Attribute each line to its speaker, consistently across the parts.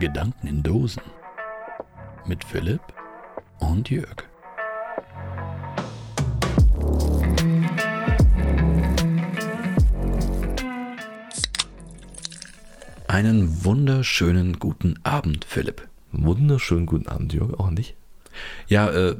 Speaker 1: Gedanken in Dosen mit Philipp und Jörg. Einen wunderschönen guten Abend, Philipp.
Speaker 2: Wunderschönen guten Abend, Jörg, auch an dich.
Speaker 1: Ja, äh,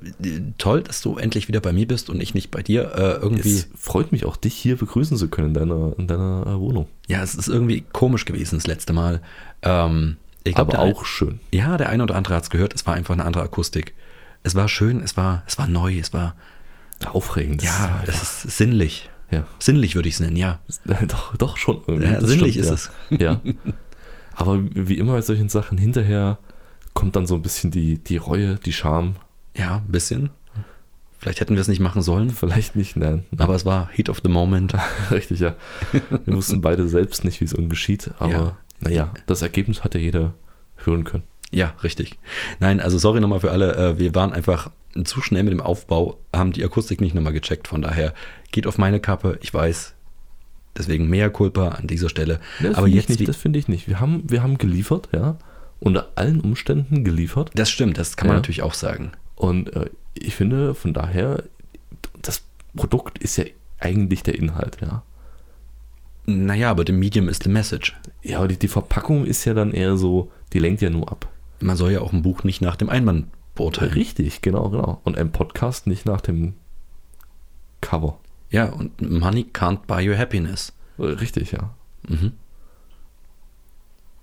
Speaker 1: toll, dass du endlich wieder bei mir bist und ich nicht bei dir. Äh, irgendwie.
Speaker 2: Es freut mich auch, dich hier begrüßen zu können in deiner, in deiner äh, Wohnung.
Speaker 1: ja, es ist irgendwie komisch gewesen das letzte Mal. Ähm, ich glaub,
Speaker 2: Aber
Speaker 1: der ein-
Speaker 2: auch schön.
Speaker 1: Ja, der eine oder andere hat es gehört. Es war einfach eine andere Akustik. Es war schön, es war, es war neu, es war
Speaker 2: Aufregend.
Speaker 1: ja,
Speaker 2: Das- halt-
Speaker 1: es ist sinnlich.
Speaker 2: ja. äh,
Speaker 1: Sinnlich würde ich es nennen, ja.
Speaker 2: doch, doch schon. irgendwie.
Speaker 1: Ja,
Speaker 2: Das
Speaker 1: sinnlich
Speaker 2: stimmt,
Speaker 1: ist
Speaker 2: ja. es. Ja. Aber wie immer bei solchen Sachen, hinterher kommt dann so ein bisschen die, die Reue, die Scham.
Speaker 1: Ja, ein bisschen. Vielleicht hätten wir es nicht machen sollen,
Speaker 2: Vielleicht nicht, nein.
Speaker 1: aber es war Heat of the Moment.
Speaker 2: Richtig, ja. Wir wussten beide selbst nicht, wie es uns geschieht, aber
Speaker 1: Ja.
Speaker 2: naja, das Ergebnis hat ja jeder hören können.
Speaker 1: Ja, richtig. Nein, also sorry nochmal für alle. äh, Wir waren einfach zu schnell mit dem Aufbau, haben die Akustik nicht nochmal gecheckt. Von daher geht auf meine Kappe, ich weiß. Deswegen mehr Culpa an dieser Stelle.
Speaker 2: Das
Speaker 1: aber
Speaker 2: Ne, finde
Speaker 1: jetzt,
Speaker 2: ich nicht,
Speaker 1: wie-
Speaker 2: das finde ich nicht. Wir haben, wir haben geliefert, ja. Unter allen Umständen geliefert.
Speaker 1: das stimmt, das kann man
Speaker 2: Ja.
Speaker 1: natürlich auch sagen.
Speaker 2: Und äh, ich finde, von daher, das Produkt ist ja eigentlich der Inhalt, ja.
Speaker 1: Naja, aber the medium is the message.
Speaker 2: Ja, aber die, die Verpackung ist ja dann eher so, die lenkt ja nur ab.
Speaker 1: Man soll ja auch ein Buch nicht nach dem Einband beurteilen.
Speaker 2: Richtig, genau, genau. Und ein Podcast nicht nach dem Cover.
Speaker 1: Ja, und Money can't buy your happiness.
Speaker 2: Äh, Richtig, ja.
Speaker 1: Mhm.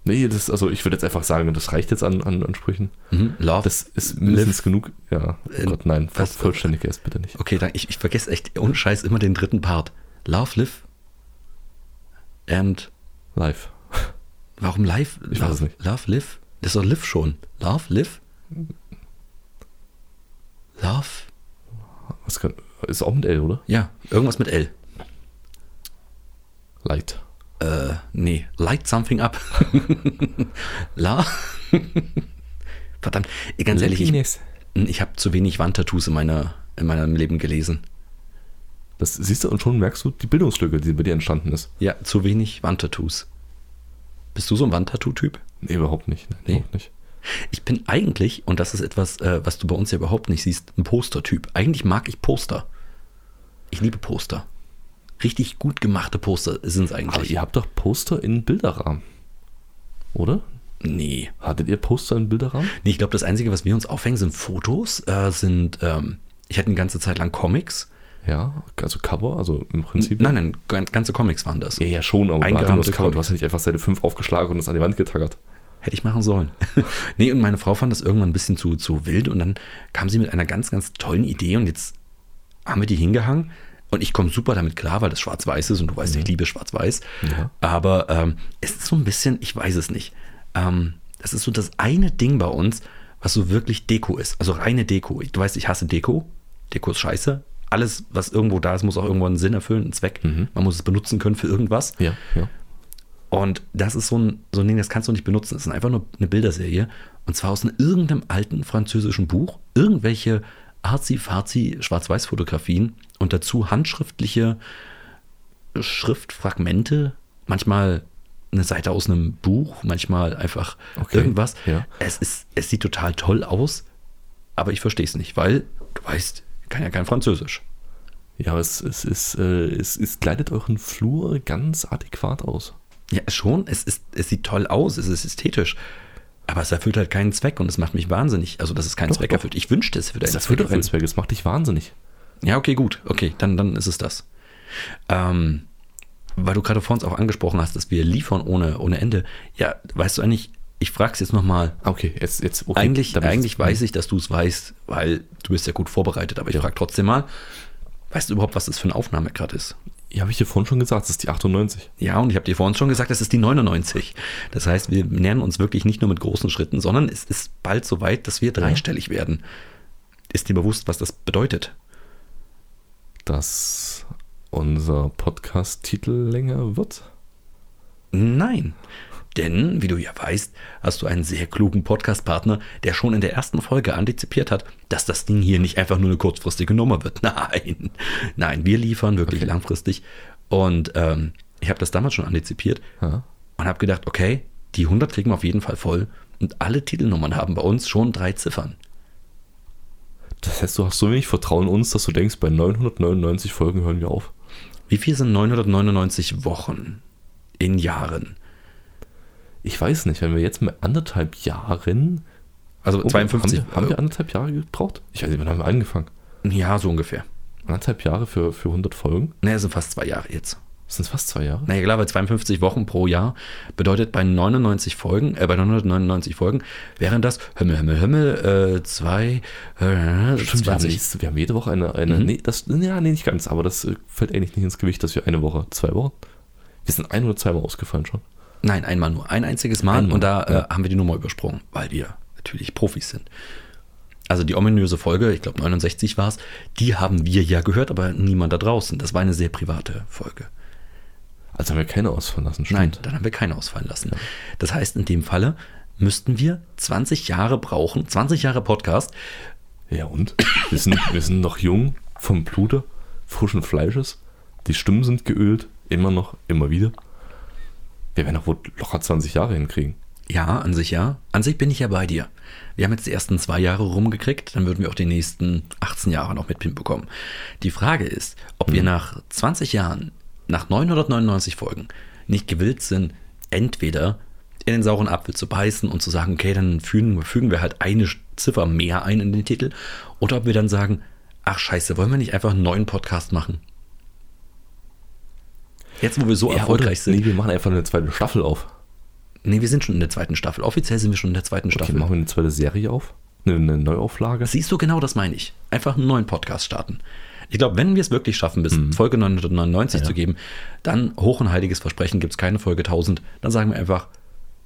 Speaker 2: Nee, das, also ich würde jetzt einfach sagen, das reicht jetzt an, an Ansprüchen.
Speaker 1: Mhm. Love.
Speaker 2: Das ist mindestens genug. Ja, oh
Speaker 1: Äh,
Speaker 2: Gott, nein, ver
Speaker 1: was-
Speaker 2: vollständige es bitte nicht.
Speaker 1: okay, dann, ich, ich vergesse echt ohne Scheiß immer den dritten Part. Love, live and
Speaker 2: Live.
Speaker 1: warum live?
Speaker 2: Ich
Speaker 1: love,
Speaker 2: weiß es nicht.
Speaker 1: Love, live. Das ist doch live schon. Love, live. Love.
Speaker 2: Was kann, ist auch mit L, oder?
Speaker 1: Ja, irgendwas mit L.
Speaker 2: Light.
Speaker 1: Äh, nee, light something up. La. Verdammt, ganz ehrlich, ich, hm,
Speaker 2: Happiness.
Speaker 1: Ich habe zu wenig Wandtattoos in, meiner, in meinem Leben gelesen.
Speaker 2: Das siehst du und schon merkst du die Bildungslücke, die bei dir entstanden ist.
Speaker 1: Ja, zu wenig Wandtattoos. Bist du so ein Wandtattoo-Typ?
Speaker 2: Nee, überhaupt nicht. Nein,
Speaker 1: Nee.
Speaker 2: überhaupt nicht.
Speaker 1: Ich bin eigentlich, und das ist etwas, äh, was du bei uns ja überhaupt nicht siehst, ein Poster-Typ. Eigentlich mag ich Poster. Ich liebe Poster. Richtig gut gemachte Poster sind es
Speaker 2: Aber
Speaker 1: eigentlich.
Speaker 2: ihr habt doch Poster in Bilderrahmen. Oder?
Speaker 1: Nee.
Speaker 2: Hattet ihr Poster in Bilderrahmen?
Speaker 1: nee. Ich glaube, das Einzige, was wir uns aufhängen, sind Fotos, äh, sind, ähm, ich hatte eine ganze Zeit lang Comics.
Speaker 2: Ja, also Cover, also im Prinzip.
Speaker 1: Nein, nein, gan- ganze Comics waren das.
Speaker 2: Ja, ja, schon, aber du
Speaker 1: Eingerahmte
Speaker 2: hattest Cover.
Speaker 1: Comics.
Speaker 2: Du hast ja nicht einfach Seite 5 aufgeschlagen und es an die Wand getackert.
Speaker 1: Hätte ich machen sollen. nee, und meine Frau fand das irgendwann ein bisschen zu, zu wild und dann kam sie mit einer ganz, ganz tollen Idee und jetzt haben wir die hingehangen und ich komme super damit klar, weil das schwarz-weiß ist und du weißt, ich liebe schwarz-weiß.
Speaker 2: Mhm. Ja.
Speaker 1: Aber ähm, es ist so ein bisschen, ich weiß es nicht. Ähm, das ist so das eine Ding bei uns, was so wirklich Deko ist. Also reine Deko. Du weißt, ich hasse Deko. Deko ist scheiße. Alles, was irgendwo da ist, muss auch irgendwo einen Sinn erfüllen, einen Zweck. Man muss es benutzen können für irgendwas.
Speaker 2: Mhm. Ja, ja.
Speaker 1: Und das ist so ein, so ein Ding, das kannst du nicht benutzen. Das ist einfach nur eine Bilderserie. Und zwar aus einem- irgendeinem alten französischen Buch, irgendwelche arzi-farzi Schwarz-Weiß-Fotografien und dazu handschriftliche Schriftfragmente, manchmal eine Seite aus einem Buch, manchmal einfach
Speaker 2: Okay,
Speaker 1: irgendwas.
Speaker 2: ja.
Speaker 1: Es, ist, es sieht total toll aus, aber ich verstehe es nicht, weil du weißt, ich kann ja kein Französisch.
Speaker 2: Ja, aber es, es, ist, äh, es, es gleitet euren Flur ganz adäquat aus.
Speaker 1: Ja, schon. Es, ist, es sieht toll aus, es ist ästhetisch. Aber es erfüllt halt keinen Zweck und es macht mich wahnsinnig. Also, dass es keinen
Speaker 2: Doch,
Speaker 1: Zweck
Speaker 2: doch.
Speaker 1: erfüllt. Ich wünschte, es würde einen Zweck
Speaker 2: Das erfüllt doch einen
Speaker 1: erfüllen.
Speaker 2: Zweck, es macht dich wahnsinnig.
Speaker 1: Ja, okay, gut. Okay, dann, dann ist es das. Ähm, weil du gerade vor uns auch angesprochen hast, dass wir liefern ohne, ohne Ende. Ja, weißt du eigentlich, ich frage es jetzt nochmal.
Speaker 2: Okay, jetzt, jetzt okay,
Speaker 1: Eigentlich,
Speaker 2: damit-
Speaker 1: eigentlich weiß ich, dass du es weißt, weil du bist ja gut vorbereitet. Aber ich frage trotzdem mal, weißt du überhaupt, was das für eine Aufnahme gerade ist?
Speaker 2: Ja, habe ich dir vorhin schon gesagt, das ist die 98.
Speaker 1: Ja, und ich habe dir vorhin schon gesagt, das ist die 99. Das heißt, wir nähern uns wirklich nicht nur mit großen Schritten, sondern es ist bald so weit, dass wir dreistellig werden. Ist dir bewusst, was das bedeutet?
Speaker 2: Dass unser Podcast-Titel länger wird.
Speaker 1: Nein. Denn, wie du ja weißt, hast du einen sehr klugen Podcast-Partner, der schon in der ersten Folge antizipiert hat, dass das Ding hier nicht einfach nur eine kurzfristige Nummer wird. Nein, nein, wir liefern wirklich langfristig. Und ähm, ich habe das damals schon antizipiert
Speaker 2: Ja.
Speaker 1: und habe gedacht, okay, Die 100 kriegen wir auf jeden Fall voll. Und alle Titelnummern haben bei uns schon drei Ziffern.
Speaker 2: Das heißt, du hast so wenig Vertrauen in uns, dass du denkst, bei 999 Folgen hören wir auf.
Speaker 1: Wie viel sind 999 Wochen in Jahren?
Speaker 2: Ich weiß nicht, wenn wir jetzt mit anderthalb Jahren.
Speaker 1: Also
Speaker 2: Oh,
Speaker 1: 52.
Speaker 2: Haben wir, haben wir anderthalb Jahre gebraucht? Ich weiß nicht, wann haben wir angefangen?
Speaker 1: Äh, ja, so ungefähr.
Speaker 2: Anderthalb Jahre für, für 100 Folgen?
Speaker 1: Ne, es sind fast zwei Jahre jetzt.
Speaker 2: Das sind fast zwei Jahre.
Speaker 1: Na klar, bei 52 Wochen pro Jahr bedeutet bei 99 Folgen, äh, bei 999 Folgen wären das Himmel, Himmel, Himmel, äh, zwei, äh,
Speaker 2: Stimmt, wir haben,
Speaker 1: 20.
Speaker 2: nächste, wir haben jede Woche eine. eine
Speaker 1: Mhm.
Speaker 2: nee, das, ja, nee, nicht ganz, aber das äh, fällt eigentlich nicht ins Gewicht, dass wir eine Woche, zwei Wochen. Wir sind ein oder zweimal ausgefallen schon.
Speaker 1: Nein, einmal nur, ein einziges Mal
Speaker 2: Einmal,
Speaker 1: und da äh, haben wir die Nummer übersprungen, weil wir natürlich Profis sind. Also die ominöse Folge, ich glaube 69 war es, die haben wir ja gehört, aber niemand da draußen. Das war eine sehr private Folge.
Speaker 2: Also haben wir keine ausfallen lassen.
Speaker 1: Nein,
Speaker 2: stimmt.
Speaker 1: dann haben wir keinen ausfallen lassen. Das heißt, in dem Falle müssten wir 20 Jahre brauchen, 20 Jahre Podcast,
Speaker 2: Ja, und? Wir sind, wir sind noch jung, vom Blute, frischen Fleisches. Die Stimmen sind geölt, immer noch, immer wieder. Wir werden auch wohl locker 20 Jahre hinkriegen.
Speaker 1: Ja, an sich ja. An sich bin ich ja bei dir. Wir haben jetzt die ersten zwei Jahre rumgekriegt, dann würden wir auch die nächsten 18 Jahre noch mit hinbekommen. Die Frage ist, ob wir nach 20 Jahren, nach 999 Folgen, nicht gewillt sind, entweder in den sauren Apfel zu beißen und zu sagen, okay, dann fügen, fügen wir halt eine Ziffer mehr ein in den Titel, oder ob wir dann sagen, ach scheiße, wollen wir nicht einfach einen neuen Podcast machen? Jetzt, wo wir so erfolgreich sind.
Speaker 2: Nee, wir machen einfach eine zweite Staffel auf.
Speaker 1: Nee, wir sind schon in der zweiten Staffel. Offiziell sind wir schon in der zweiten
Speaker 2: Okay,
Speaker 1: Staffel.
Speaker 2: machen wir eine zweite Serie auf. Eine, eine Neuauflage.
Speaker 1: Siehst du, genau das meine ich. Einfach einen neuen Podcast starten. Ich glaube, wenn wir es wirklich schaffen, bis Folge 999 zu geben, dann hoch und heiliges Versprechen, gibt es keine Folge 1000. Dann sagen wir einfach,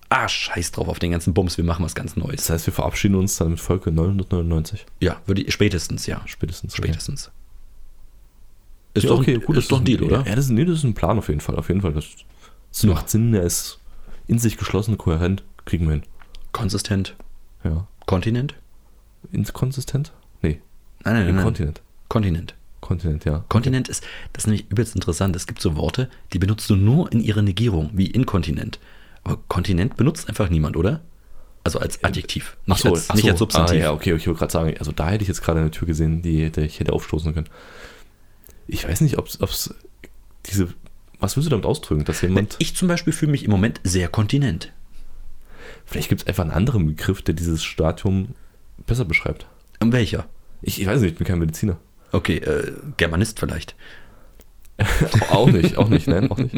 Speaker 1: ah, scheiß drauf auf den ganzen Bums, wir machen was ganz Neues.
Speaker 2: Das heißt, wir verabschieden uns dann mit Folge 999.
Speaker 1: Ja, würde ich, spätestens, ja.
Speaker 2: Spätestens. okay.
Speaker 1: Spätestens. Ist,
Speaker 2: Ja,
Speaker 1: doch,
Speaker 2: okay,
Speaker 1: ein,
Speaker 2: gut,
Speaker 1: ist, doch ein Deal, oder?
Speaker 2: Ja, das ist, nee, das ist ein Plan auf jeden Fall. Auf jeden Fall. Das, das
Speaker 1: Ja.
Speaker 2: macht Sinn, der ist in sich geschlossen, kohärent. Kriegen wir hin.
Speaker 1: Konsistent.
Speaker 2: Ja.
Speaker 1: Kontinent?
Speaker 2: Inkonsistent? Nee,
Speaker 1: Nein, nein, nein. nein.
Speaker 2: Kontinent.
Speaker 1: Kontinent.
Speaker 2: Kontinent, ja.
Speaker 1: Kontinent ist, das ist nämlich übelst interessant. Es gibt so Worte, die benutzt du nur in ihrer Negierung, wie Inkontinent. Aber Kontinent benutzt einfach niemand, oder? Also als Adjektiv, nicht,
Speaker 2: Achso,
Speaker 1: als, nicht als Substantiv.
Speaker 2: Ah, ja, okay, ich wollte gerade sagen, also da hätte ich jetzt gerade eine Tür gesehen, die, die ich hätte aufstoßen können. Ich weiß nicht, ob es diese. Was willst du damit ausdrücken, dass jemand.
Speaker 1: Ich zum Beispiel fühle mich im Moment sehr kontinent.
Speaker 2: vielleicht gibt es einfach einen anderen Begriff, der dieses Stadium besser beschreibt.
Speaker 1: Ähm, Welcher?
Speaker 2: Ich, ich weiß nicht, ich bin kein Mediziner.
Speaker 1: Okay, äh, Germanist vielleicht.
Speaker 2: auch nicht, auch nicht, nein, auch nicht.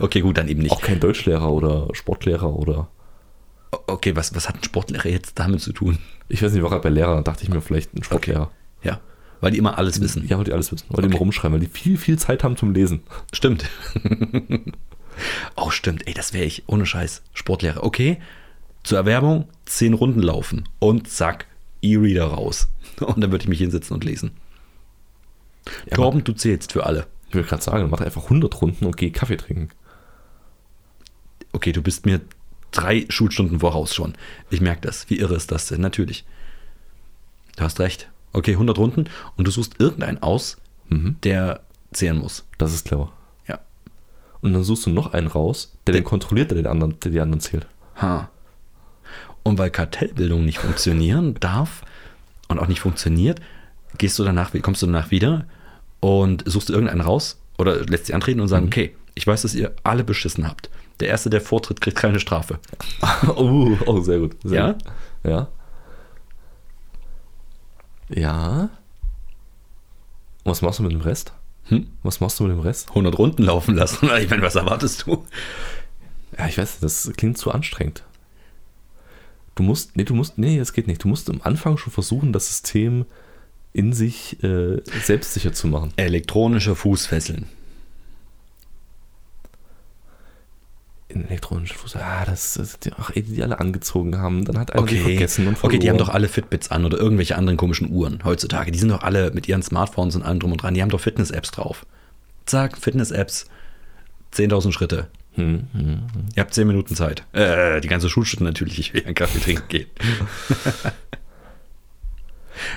Speaker 1: Okay, gut, dann eben nicht.
Speaker 2: Auch kein Deutschlehrer oder Sportlehrer oder.
Speaker 1: O- Okay, was, was hat ein Sportlehrer jetzt damit zu tun?
Speaker 2: Ich weiß nicht, ich war gerade bei Lehrern, dachte ich mir vielleicht ein Sportlehrer.
Speaker 1: Ja, weil die immer alles wissen.
Speaker 2: Ja, wollte ich alles wissen. Wollte
Speaker 1: Okay.
Speaker 2: immer rumschreiben, weil die viel, viel Zeit haben zum Lesen.
Speaker 1: Stimmt. oh, stimmt. Ey, das wäre ich. Ohne Scheiß. Sportlehrer. Okay. Zur Erwerbung zehn Runden laufen und zack, E-Reader raus. Und dann würde ich mich hinsetzen und lesen.
Speaker 2: Ja,
Speaker 1: Torben, du zählst für alle.
Speaker 2: Ich will gerade sagen, mach einfach 100 Runden und geh Kaffee trinken.
Speaker 1: Okay, du bist mir drei Schulstunden voraus schon. Ich merke das. Wie irre ist das denn? Natürlich. Du hast recht. Okay, 100 Runden und du suchst irgendeinen aus, Mhm. der zählen muss.
Speaker 2: Das ist clever.
Speaker 1: Ja.
Speaker 2: Und dann suchst du noch einen raus, der den kontrolliert, der den anderen, der die anderen zählt.
Speaker 1: Ha. Und weil Kartellbildung nicht funktionieren darf und auch nicht funktioniert, gehst du danach, kommst du danach wieder und suchst du irgendeinen raus oder lässt sie antreten und sagen, okay, ich weiß, dass ihr alle beschissen habt. Der Erste, der vortritt, kriegt keine Strafe.
Speaker 2: oh, oh, sehr gut. Sehr
Speaker 1: Ja?
Speaker 2: Gut. Ja. Ja. Und was machst du mit dem Rest?
Speaker 1: Hm?
Speaker 2: Was machst du mit dem Rest?
Speaker 1: 100 Runden laufen lassen. Ich meine, was erwartest du?
Speaker 2: Ja, ich weiß, das klingt zu anstrengend. Du musst, nee, du musst, nee, das geht nicht. Du musst am Anfang schon versuchen, das System in sich äh, selbstsicher zu machen.
Speaker 1: Elektronische Fußfesseln.
Speaker 2: In elektronischen Fuß. Ah, das, das die, ach, ey, die, die alle angezogen haben. Dann hat einer die
Speaker 1: Okay.
Speaker 2: vergessen und
Speaker 1: okay, die haben
Speaker 2: verloren.
Speaker 1: doch alle Fitbits an oder irgendwelche anderen komischen Uhren heutzutage. Die sind doch alle mit ihren Smartphones und allem drum und dran. Die haben doch Fitness-Apps drauf. Zack, Fitness-Apps. 10.000 Schritte.
Speaker 2: Hm, hm.
Speaker 1: Ihr habt 10 Minuten Zeit. Äh, die ganze Schulstunde natürlich. Ich will einen Kaffee trinken gehen.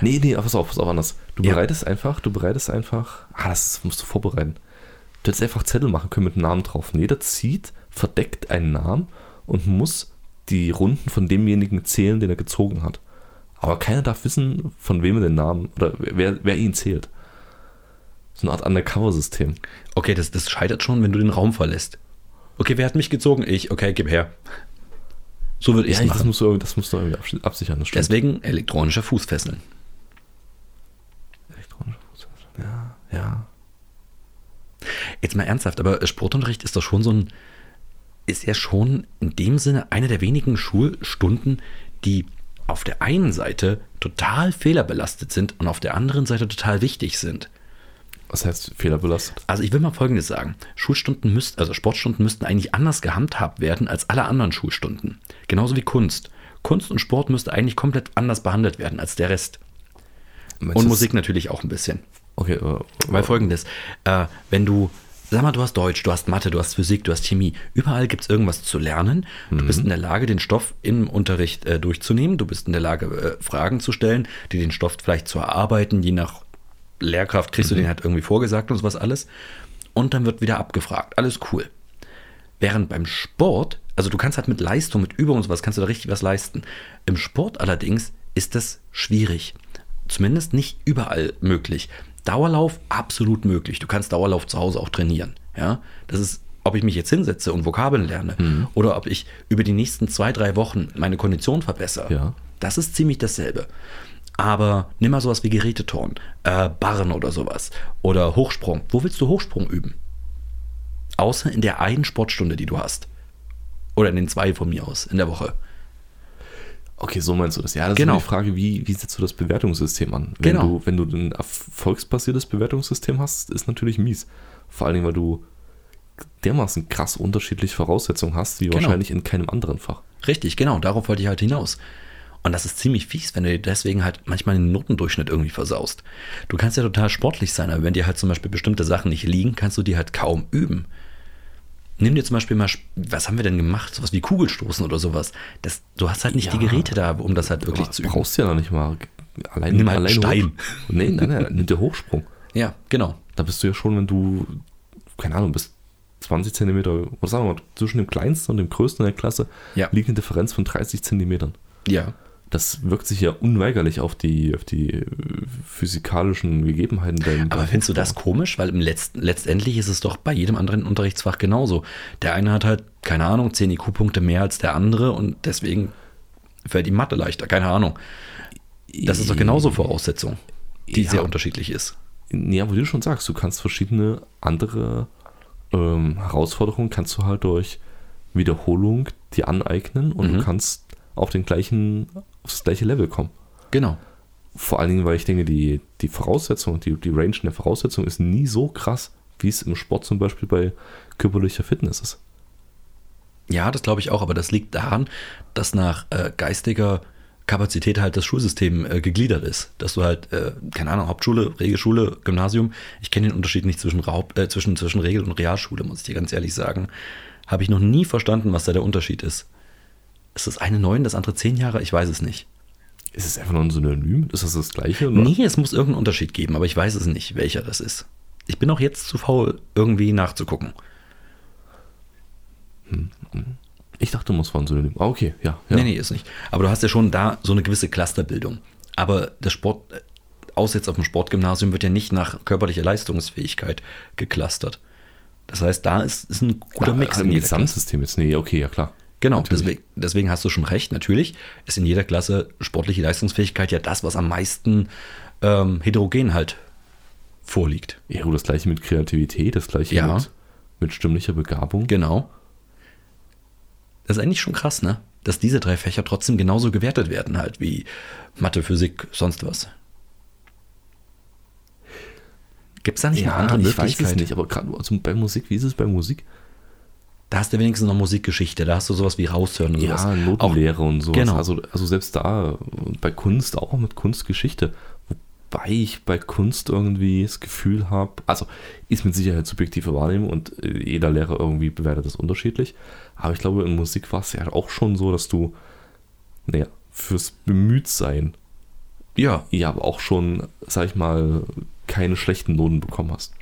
Speaker 2: Nee, nee, pass auf, pass auf anders. Du
Speaker 1: Ja.
Speaker 2: bereitest einfach, du bereitest einfach. Ah, das musst du vorbereiten. Du hättest einfach Zettel machen können mit Namen drauf. Und jeder zieht verdeckt einen Namen und muss die Runden von demjenigen zählen, den er gezogen hat. Aber keiner darf wissen, von wem er den Namen oder wer, wer ihn zählt. So eine Art Undercover-System.
Speaker 1: Okay, das, das scheitert schon, wenn du den Raum verlässt. Okay, wer hat mich gezogen? Ich. Okay, gib her. So würde ich es
Speaker 2: Ja, das
Speaker 1: machen.
Speaker 2: musst du irgendwie, das musst du irgendwie absch- absichern. Das stimmt.
Speaker 1: Deswegen elektronische Fußfesseln.
Speaker 2: Elektronische Fußfessel. Ja, ja.
Speaker 1: Jetzt mal ernsthaft, aber Sportunterricht ist doch schon so ein, ist ja schon in dem Sinne eine der wenigen Schulstunden, die auf der einen Seite total fehlerbelastet sind und auf der anderen Seite total wichtig sind.
Speaker 2: Was heißt fehlerbelastet?
Speaker 1: Also ich will mal Folgendes sagen. Schulstunden müssten, also Sportstunden müssten eigentlich anders gehandhabt werden als alle anderen Schulstunden. Genauso wie Kunst. Kunst und Sport müsste eigentlich komplett anders behandelt werden als der Rest.
Speaker 2: Meinst du,
Speaker 1: Und
Speaker 2: das-
Speaker 1: Musik natürlich auch ein bisschen.
Speaker 2: Okay, äh,
Speaker 1: Weil folgendes, äh, wenn du, sag mal, du hast Deutsch, du hast Mathe, du hast Physik, du hast Chemie, überall gibt es irgendwas zu lernen. Du bist in der Lage, den Stoff im Unterricht äh, durchzunehmen. Du bist in der Lage, äh, Fragen zu stellen, die den Stoff vielleicht zu erarbeiten. Je nach Lehrkraft kriegst du den halt irgendwie vorgesagt und sowas alles. Und dann wird wieder abgefragt. Alles cool. Während beim Sport, also du kannst halt mit Leistung, mit Übung und sowas, kannst du da richtig was leisten. Im Sport allerdings ist das schwierig. Zumindest nicht überall möglich. Dauerlauf absolut möglich. Du kannst Dauerlauf zu Hause auch trainieren. Ja? Das ist, ob ich mich jetzt hinsetze und Vokabeln lerne oder ob ich über die nächsten zwei, drei Wochen meine Kondition verbessere.
Speaker 2: Ja.
Speaker 1: Das ist ziemlich dasselbe. Aber nimm mal sowas wie Geräteturnen, äh, Barren oder sowas. Oder Hochsprung. Wo willst du Hochsprung üben? Außer in der einen Sportstunde, die du hast. Oder in den zwei von mir aus, in der Woche.
Speaker 2: Okay, so meinst du das. Ja, das
Speaker 1: Genau.
Speaker 2: ist immer die Frage, wie, wie setzt du das Bewertungssystem an? Wenn
Speaker 1: Genau.
Speaker 2: du, wenn du ein erfolgsbasiertes Bewertungssystem hast, ist natürlich mies. Vor allen Dingen, weil du dermaßen krass unterschiedliche Voraussetzungen hast, wie
Speaker 1: Genau.
Speaker 2: wahrscheinlich in keinem anderen Fach.
Speaker 1: Richtig, genau, darauf wollte ich halt hinaus. Und das ist ziemlich fies, wenn du dir deswegen halt manchmal den Notendurchschnitt irgendwie versaust. Du kannst ja total sportlich sein, aber wenn dir halt zum Beispiel bestimmte Sachen nicht liegen, kannst du die halt kaum üben. Nimm dir zum Beispiel mal, Sp- was haben wir denn gemacht? Sowas wie Kugelstoßen oder sowas. Das, du hast halt nicht die
Speaker 2: Ja.
Speaker 1: Geräte da, um das halt wirklich
Speaker 2: Aber
Speaker 1: zu üben.
Speaker 2: brauchst du ja noch nicht mal. Allein,
Speaker 1: Nimm halt einen Stein.
Speaker 2: Hoch, nee, nein, nein, nimm dir Hochsprung.
Speaker 1: Ja, genau.
Speaker 2: Da bist du ja schon, wenn du, keine Ahnung, bist 20 Zentimeter, was sagen wir mal, zwischen dem kleinsten und dem größten in der Klasse
Speaker 1: Ja.
Speaker 2: liegt eine Differenz von 30 Zentimetern.
Speaker 1: Ja.
Speaker 2: das wirkt sich ja unweigerlich auf die, auf die äh, physikalischen Gegebenheiten deinem
Speaker 1: Aber findest du das komisch? Weil im letzten, letztendlich ist es doch bei jedem anderen Unterrichtsfach genauso. Der eine hat halt, keine Ahnung, 10 IQ-Punkte mehr als der andere und deswegen fällt ihm Mathe leichter. Keine Ahnung. Das ist doch genauso Voraussetzung, die
Speaker 2: Ja.
Speaker 1: sehr unterschiedlich ist.
Speaker 2: Ja, wie du schon sagst, du kannst verschiedene andere ähm, Herausforderungen kannst du halt durch Wiederholung dir aneignen und
Speaker 1: Mhm.
Speaker 2: du kannst auf den gleichen, auf das gleiche Level kommen.
Speaker 1: Genau.
Speaker 2: Vor allen Dingen, weil ich denke, die, die Voraussetzung, die, die Range der Voraussetzung ist nie so krass, wie es im Sport zum Beispiel bei körperlicher Fitness ist.
Speaker 1: Ja, das glaube ich auch, aber das liegt daran, dass nach äh, geistiger Kapazität halt das Schulsystem äh, gegliedert ist. Dass du halt, äh, keine Ahnung, Hauptschule, Regelschule, Gymnasium. Ich kenne den Unterschied nicht zwischen, Raub, äh, zwischen, zwischen Regel- und Realschule, muss ich dir ganz ehrlich sagen. Habe ich noch nie verstanden, was da der Unterschied ist. Ist das eine neun, das andere zehn Jahre? Ich weiß es nicht.
Speaker 2: Ist es einfach nur ein Synonym? Ist das das gleiche? oder?
Speaker 1: Nee, es muss irgendeinen Unterschied geben, aber ich weiß es nicht, welcher das ist. Ich bin auch jetzt zu faul, irgendwie nachzugucken.
Speaker 2: Ich dachte, muss war ein Synonym. Ah, okay, ja. ja.
Speaker 1: Nee, nee, ist nicht. Aber du hast ja schon da so eine gewisse Clusterbildung. Aber der Sport, äh, außer jetzt auf dem Sportgymnasium, wird ja nicht nach körperlicher Leistungsfähigkeit geclustert. Das heißt, da ist, ist ein guter
Speaker 2: Ah,
Speaker 1: Mix
Speaker 2: Im
Speaker 1: in jeder Klasse.
Speaker 2: Gesamtsystem jetzt. Nee, okay, ja klar.
Speaker 1: Genau,
Speaker 2: Natürlich.
Speaker 1: deswegen, deswegen hast du schon recht. Natürlich ist in jeder Klasse sportliche Leistungsfähigkeit ja das, was am meisten ähm, heterogen halt vorliegt.
Speaker 2: Ja, gut, das gleiche mit Kreativität, das gleiche
Speaker 1: Ja.
Speaker 2: mit, mit stimmlicher Begabung.
Speaker 1: Genau. Das ist eigentlich schon krass, ne? Dass diese drei Fächer trotzdem genauso gewertet werden, halt wie Mathe, Physik, sonst was. Gibt es da nicht eine andere
Speaker 2: ich
Speaker 1: Möglichkeit?
Speaker 2: weiß es nicht, aber gerade also bei Musik, wie ist es bei Musik?
Speaker 1: Da hast du wenigstens noch Musikgeschichte, da hast du sowas wie raushören und sowas.
Speaker 2: Notenlehre und sowas.
Speaker 1: Genau.
Speaker 2: Also, also selbst da, und bei Kunst auch mit Kunstgeschichte. Wobei ich bei Kunst irgendwie das Gefühl habe, also ist mit Sicherheit subjektive Wahrnehmung und äh, jeder Lehrer irgendwie bewertet das unterschiedlich. Aber ich glaube, in Musik war es ja auch schon so, dass du, naja, fürs Bemühtsein
Speaker 1: ja,
Speaker 2: ja aber auch schon, sag ich mal, keine schlechten Noten bekommen hast.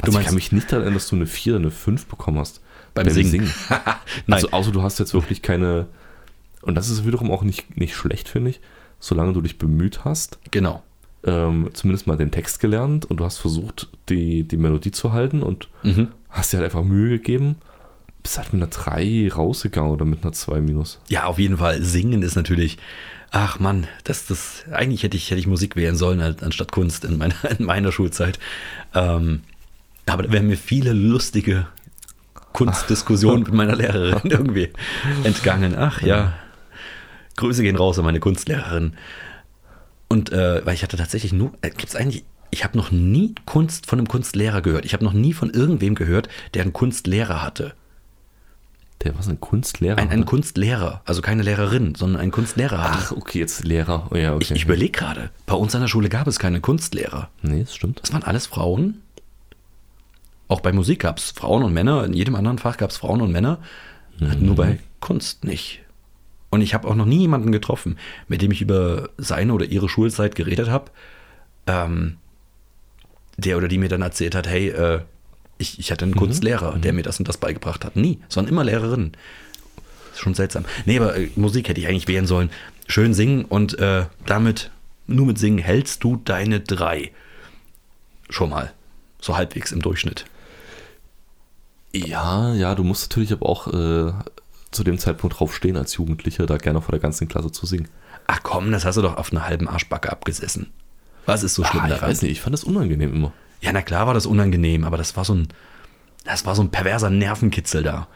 Speaker 2: Also
Speaker 1: meinst-
Speaker 2: ich kann mich nicht daran erinnern, dass du eine 4 oder eine 5 bekommen hast.
Speaker 1: Beim Singen. Nein.
Speaker 2: Also außer du hast jetzt wirklich keine. Und das ist wiederum auch nicht, nicht schlecht, finde ich. Solange du dich bemüht hast,
Speaker 1: genau.
Speaker 2: ähm, zumindest mal den Text gelernt und du hast versucht, die, die Melodie zu halten und
Speaker 1: Mhm.
Speaker 2: hast dir halt einfach Mühe gegeben, bist halt mit einer 3 rausgegangen oder mit einer 2 minus.
Speaker 1: Ja, auf jeden Fall. Singen ist natürlich. Ach Mann, das, das, eigentlich hätte ich, hätte ich Musik wählen sollen an- anstatt Kunst in meiner, in meiner Schulzeit. Ähm, aber da wären mir viele lustige Kunstdiskussionen mit meiner Lehrerin irgendwie entgangen. Ach ja. Grüße gehen raus an meine Kunstlehrerin. Und äh, weil ich hatte tatsächlich nur, äh, gibt es eigentlich, ich habe noch nie Kunst von einem Kunstlehrer gehört. Ich habe noch nie von irgendwem gehört, der einen Kunstlehrer hatte.
Speaker 2: Der war so ein Kunstlehrer.
Speaker 1: Ein, ein
Speaker 2: ne?
Speaker 1: Kunstlehrer, also keine Lehrerin, sondern ein Kunstlehrer hatte.
Speaker 2: Ach, okay, jetzt Lehrer. Oh, ja, okay.
Speaker 1: Ich, ich überlege gerade, bei uns an der Schule gab es keine Kunstlehrer.
Speaker 2: nee, das stimmt.
Speaker 1: Das waren alles Frauen. Auch bei Musik gab es Frauen und Männer. In jedem anderen Fach gab es Frauen und Männer. Halt Nur bei Kunst nicht. Und ich habe auch noch nie jemanden getroffen, mit dem ich über seine oder ihre Schulzeit geredet habe, ähm, der oder die mir dann erzählt hat, hey, äh, ich, ich hatte einen Kunstlehrer, der mir das und das beigebracht hat. Nie. Es waren immer Lehrerinnen. Ist schon seltsam. Nee, aber äh, Musik hätte ich eigentlich wählen sollen. Schön singen und äh, damit, nur mit Singen, hältst du deine drei. Schon mal. So halbwegs im Durchschnitt.
Speaker 2: Ja, ja, du musst natürlich aber auch äh, zu dem Zeitpunkt draufstehen als Jugendlicher, da gerne vor der ganzen Klasse zu singen.
Speaker 1: Ach komm, das hast du doch auf einer halben Arschbacke abgesessen. Was ist so schlimm
Speaker 2: Ah, ich
Speaker 1: daran?
Speaker 2: weiß nicht, ich fand das unangenehm immer.
Speaker 1: Ja, na klar war das unangenehm, aber das war so ein, das war so ein perverser Nervenkitzel da.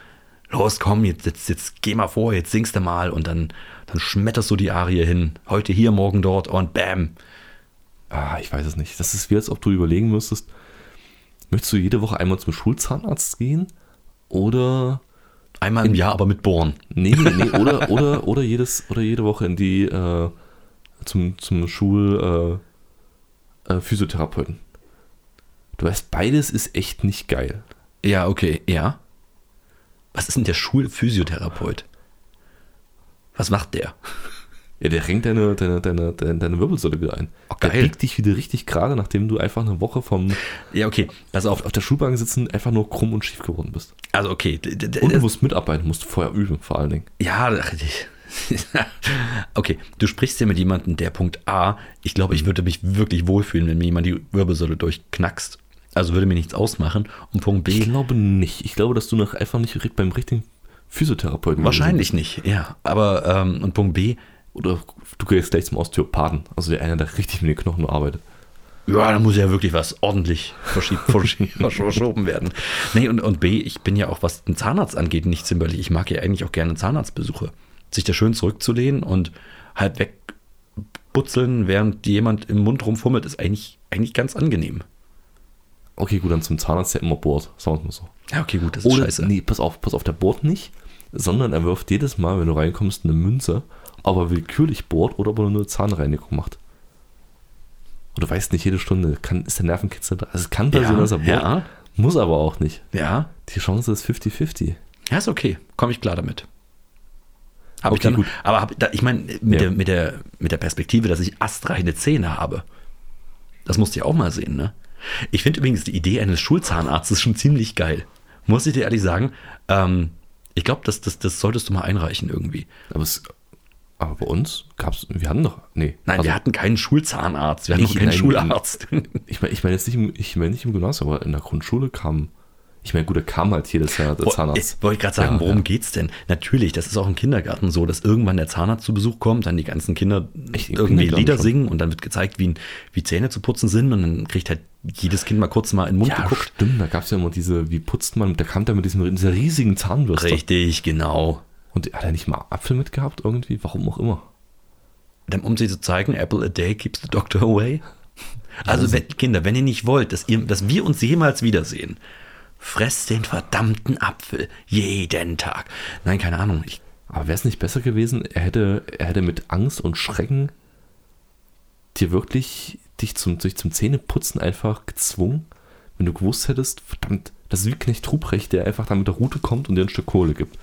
Speaker 1: Los, komm, jetzt, jetzt, jetzt geh mal vor, jetzt singst du mal und dann, dann schmetterst du die Arie hin. Heute hier, morgen dort und bam.
Speaker 2: Ah, ich weiß es nicht. Das ist wie, als ob du überlegen müsstest, möchtest du jede Woche einmal zum Schulzahnarzt gehen? Oder
Speaker 1: Einmal im Jahr, aber mit Born.
Speaker 2: nee, nee, nee oder, oder, oder jedes, oder jede Woche in die äh, zum, zum Schul äh, äh, Physiotherapeuten. Du weißt, beides ist echt nicht geil.
Speaker 1: Ja, okay, ja. Was ist denn der Schulphysiotherapeut? Was macht der?
Speaker 2: Ja, der renkt deine, deine, deine, deine, deine Wirbelsäule wieder ein.
Speaker 1: Oh,
Speaker 2: der
Speaker 1: geil.
Speaker 2: biegt dich wieder richtig gerade, nachdem du einfach eine Woche vom also
Speaker 1: Ja, okay, pass auf.
Speaker 2: auf der Schulbank sitzen einfach nur krumm und schief geworden bist.
Speaker 1: Also, okay. d- d- d-
Speaker 2: Und du musst mitarbeiten, musst vorher üben, vor allen Dingen.
Speaker 1: Ja, ach, okay, du sprichst ja mit jemandem, der Punkt A, ich glaube,
Speaker 2: Mhm.
Speaker 1: ich würde mich wirklich wohlfühlen, wenn mir jemand die Wirbelsäule durchknackst. Also würde mir nichts ausmachen. Und Punkt
Speaker 2: Ich
Speaker 1: B,
Speaker 2: glaube nicht. Ich glaube, dass du noch einfach nicht ri- beim richtigen Physiotherapeuten
Speaker 1: wahrscheinlich nicht, ja. Aber, ähm, und Punkt B,
Speaker 2: gewesen bist. Oder du gehst gleich zum Osteopathen. Also der einer, der richtig mit den Knochen nur arbeitet.
Speaker 1: ja, da muss ja wirklich was ordentlich verschiebt, verschiebt, verschoben werden. Nee, und, und B, ich bin ja auch, was den Zahnarzt angeht, nicht zimperlich. Ich mag ja eigentlich auch gerne Zahnarztbesuche. Sich da schön zurückzulehnen und halb wegbutzeln, während jemand im Mund rumfummelt, ist eigentlich, eigentlich ganz angenehm.
Speaker 2: Okay, gut, dann zum Zahnarzt, der immer bohrt. Sagen wir mal so.
Speaker 1: Ja, okay, gut, das ist
Speaker 2: Oder,
Speaker 1: scheiße.
Speaker 2: nee, pass auf, pass auf, der bohrt nicht, sondern er wirft jedes Mal, wenn du reinkommst, eine Münze, ob er willkürlich bohrt oder ob er nur Zahnreinigung macht. Und du weißt nicht, jede Stunde kann, ist der Nervenkitzel da. Also es kann passieren,
Speaker 1: Ja,
Speaker 2: dass er bohrt,
Speaker 1: ja.
Speaker 2: muss aber auch nicht.
Speaker 1: Ja,
Speaker 2: Die Chance ist 50-50.
Speaker 1: ja, ist okay. Komme ich klar damit. Hab ich
Speaker 2: Okay,
Speaker 1: dann,
Speaker 2: gut.
Speaker 1: Aber hab, da, ich meine, mit,
Speaker 2: Ja.
Speaker 1: der, mit, der, mit der Perspektive, dass ich astreine Zähne habe, das musst du ja auch mal sehen, ne? Ich finde übrigens die Idee eines Schulzahnarztes schon ziemlich geil. Muss ich dir ehrlich sagen. Ähm, ich glaube, das, das, das solltest du mal einreichen irgendwie.
Speaker 2: Aber, es, aber bei uns gab es, wir hatten doch, nee.
Speaker 1: Nein,
Speaker 2: also,
Speaker 1: wir hatten keinen Schulzahnarzt, wir hatten
Speaker 2: Nicht-
Speaker 1: noch keinen
Speaker 2: nein,
Speaker 1: Schularzt.
Speaker 2: Ich meine ich mein jetzt nicht, im, ich mein nicht im Gymnasium, aber in der Grundschule kam, ich meine, gut, da kam halt jedes Jahr der
Speaker 1: Wo-
Speaker 2: Zahnarzt.
Speaker 1: Ich wollte gerade sagen,
Speaker 2: Ja,
Speaker 1: worum
Speaker 2: ja.
Speaker 1: geht's denn? Natürlich, das ist auch im Kindergarten so, dass irgendwann der Zahnarzt zu Besuch kommt, dann die ganzen Kinder
Speaker 2: Echt,
Speaker 1: irgendwie
Speaker 2: im Kindergarten
Speaker 1: Lieder
Speaker 2: schon?
Speaker 1: singen und dann wird gezeigt, wie, ein- wie Zähne zu putzen sind und dann kriegt halt jedes Kind mal kurz mal in den Mund
Speaker 2: Ja,
Speaker 1: geguckt.
Speaker 2: stimmt, da gab es ja immer diese, wie putzt man, da kam der mit diesem, dieser riesigen Zahnbürste.
Speaker 1: Richtig, genau.
Speaker 2: Und hat er nicht mal Apfel mitgehabt irgendwie? Warum auch immer.
Speaker 1: Dann, um sie zu zeigen, Apple a day keeps the doctor away. Also wenn, Kinder, wenn ihr nicht wollt, dass, ihr, dass wir uns jemals wiedersehen, fresst den verdammten Apfel jeden Tag. Nein, keine Ahnung. Ich,
Speaker 2: Aber wäre es nicht besser gewesen, er hätte, er hätte mit Angst und Schrecken dir wirklich dich zum, dich zum Zähneputzen einfach gezwungen, wenn du gewusst hättest, verdammt, das ist wie Knecht Ruprecht, der einfach da mit der Rute kommt und dir ein Stück Kohle gibt.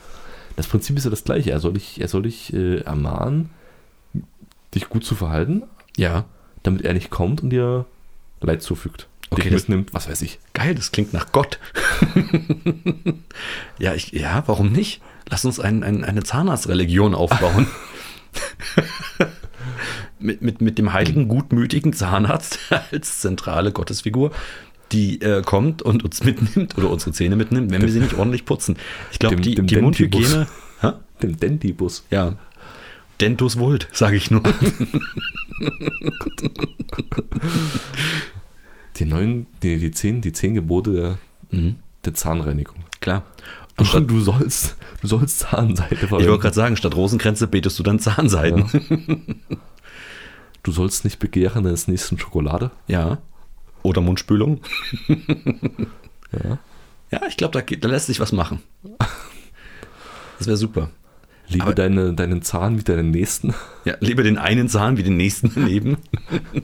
Speaker 2: Das Prinzip ist ja das gleiche. Er soll dich, er soll dich äh, ermahnen, dich gut zu verhalten,
Speaker 1: ja.
Speaker 2: damit er nicht kommt und dir Leid zufügt.
Speaker 1: Okay,
Speaker 2: dich
Speaker 1: das-
Speaker 2: mitnimmt, was weiß ich.
Speaker 1: Geil, das klingt nach Gott. ja, ich, ja, warum nicht? Lass uns ein, ein, eine Zahnarztreligion aufbauen. mit, mit, mit dem heiligen, gutmütigen Zahnarzt als zentrale Gottesfigur, die äh, kommt und uns mitnimmt oder unsere Zähne mitnimmt, wenn wir sie nicht ordentlich putzen. Ich glaube,
Speaker 2: Dem-
Speaker 1: die,
Speaker 2: dem
Speaker 1: die
Speaker 2: Dentibus.
Speaker 1: Mundhygiene. Hä?
Speaker 2: Den Dentibus.
Speaker 1: Ja. Dentus Vult, sage ich nur.
Speaker 2: Die neun, die, die zehn, die zehn Gebote der, der Zahnreinigung.
Speaker 1: Klar. Und statt,
Speaker 2: Und du sollst, du sollst Zahnseide
Speaker 1: ich wollte
Speaker 2: verwenden.
Speaker 1: gerade sagen, statt Rosenkränze betest du dann Zahnseiden.
Speaker 2: Du sollst nicht begehren deines nächsten Schokolade.
Speaker 1: Ja. Oder Mundspülung.
Speaker 2: Ja.
Speaker 1: Ja, ich glaube, da, geht- da lässt sich was machen. Das wäre super.
Speaker 2: Liebe
Speaker 1: Aber-
Speaker 2: deine, deinen Zahn wie deinen nächsten.
Speaker 1: Ja, lieber den einen Zahn wie den nächsten daneben.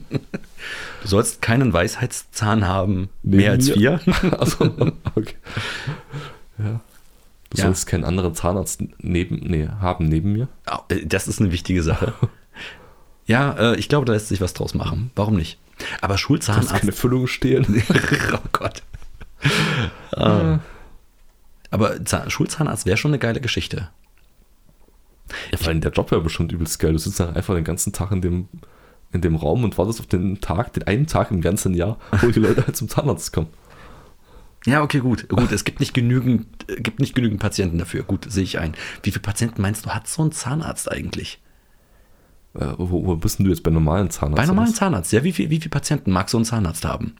Speaker 1: Du sollst keinen Weisheitszahn haben, mehr als
Speaker 2: Neben mir.
Speaker 1: vier.
Speaker 2: Also, okay. Ja. Du
Speaker 1: Ja.
Speaker 2: sollst keinen anderen Zahnarzt neben, nee, haben neben mir.
Speaker 1: Au, äh, Das ist eine wichtige Sache. Ja, äh, ich glaube, da lässt sich was draus machen. Warum nicht? Aber
Speaker 2: Du sollst
Speaker 1: Schulzahnarzt.
Speaker 2: keine Füllung stehlen.
Speaker 1: oh Gott. Ah. Aber Zahn, Schulzahnarzt wäre schon eine geile Geschichte.
Speaker 2: Ja, vor allem der Job wäre bestimmt übelst geil. Du sitzt dann einfach den ganzen Tag in dem, in dem Raum und wartest auf den Tag, den einen Tag im ganzen Jahr, wo die Leute halt zum Zahnarzt kommen.
Speaker 1: Ja, okay, gut. Gut, es gibt nicht genügend, äh, gibt nicht genügend Patienten dafür. Gut, sehe ich ein. Wie viele Patienten meinst du, hat so ein Zahnarzt eigentlich?
Speaker 2: Äh, wo, wo bist denn du jetzt bei normalen Zahnarzt? Also,
Speaker 1: Bei normalen
Speaker 2: Zahnarzt.
Speaker 1: Zahnarzt, ja, wie viel, wie viel Patienten mag so ein Zahnarzt haben?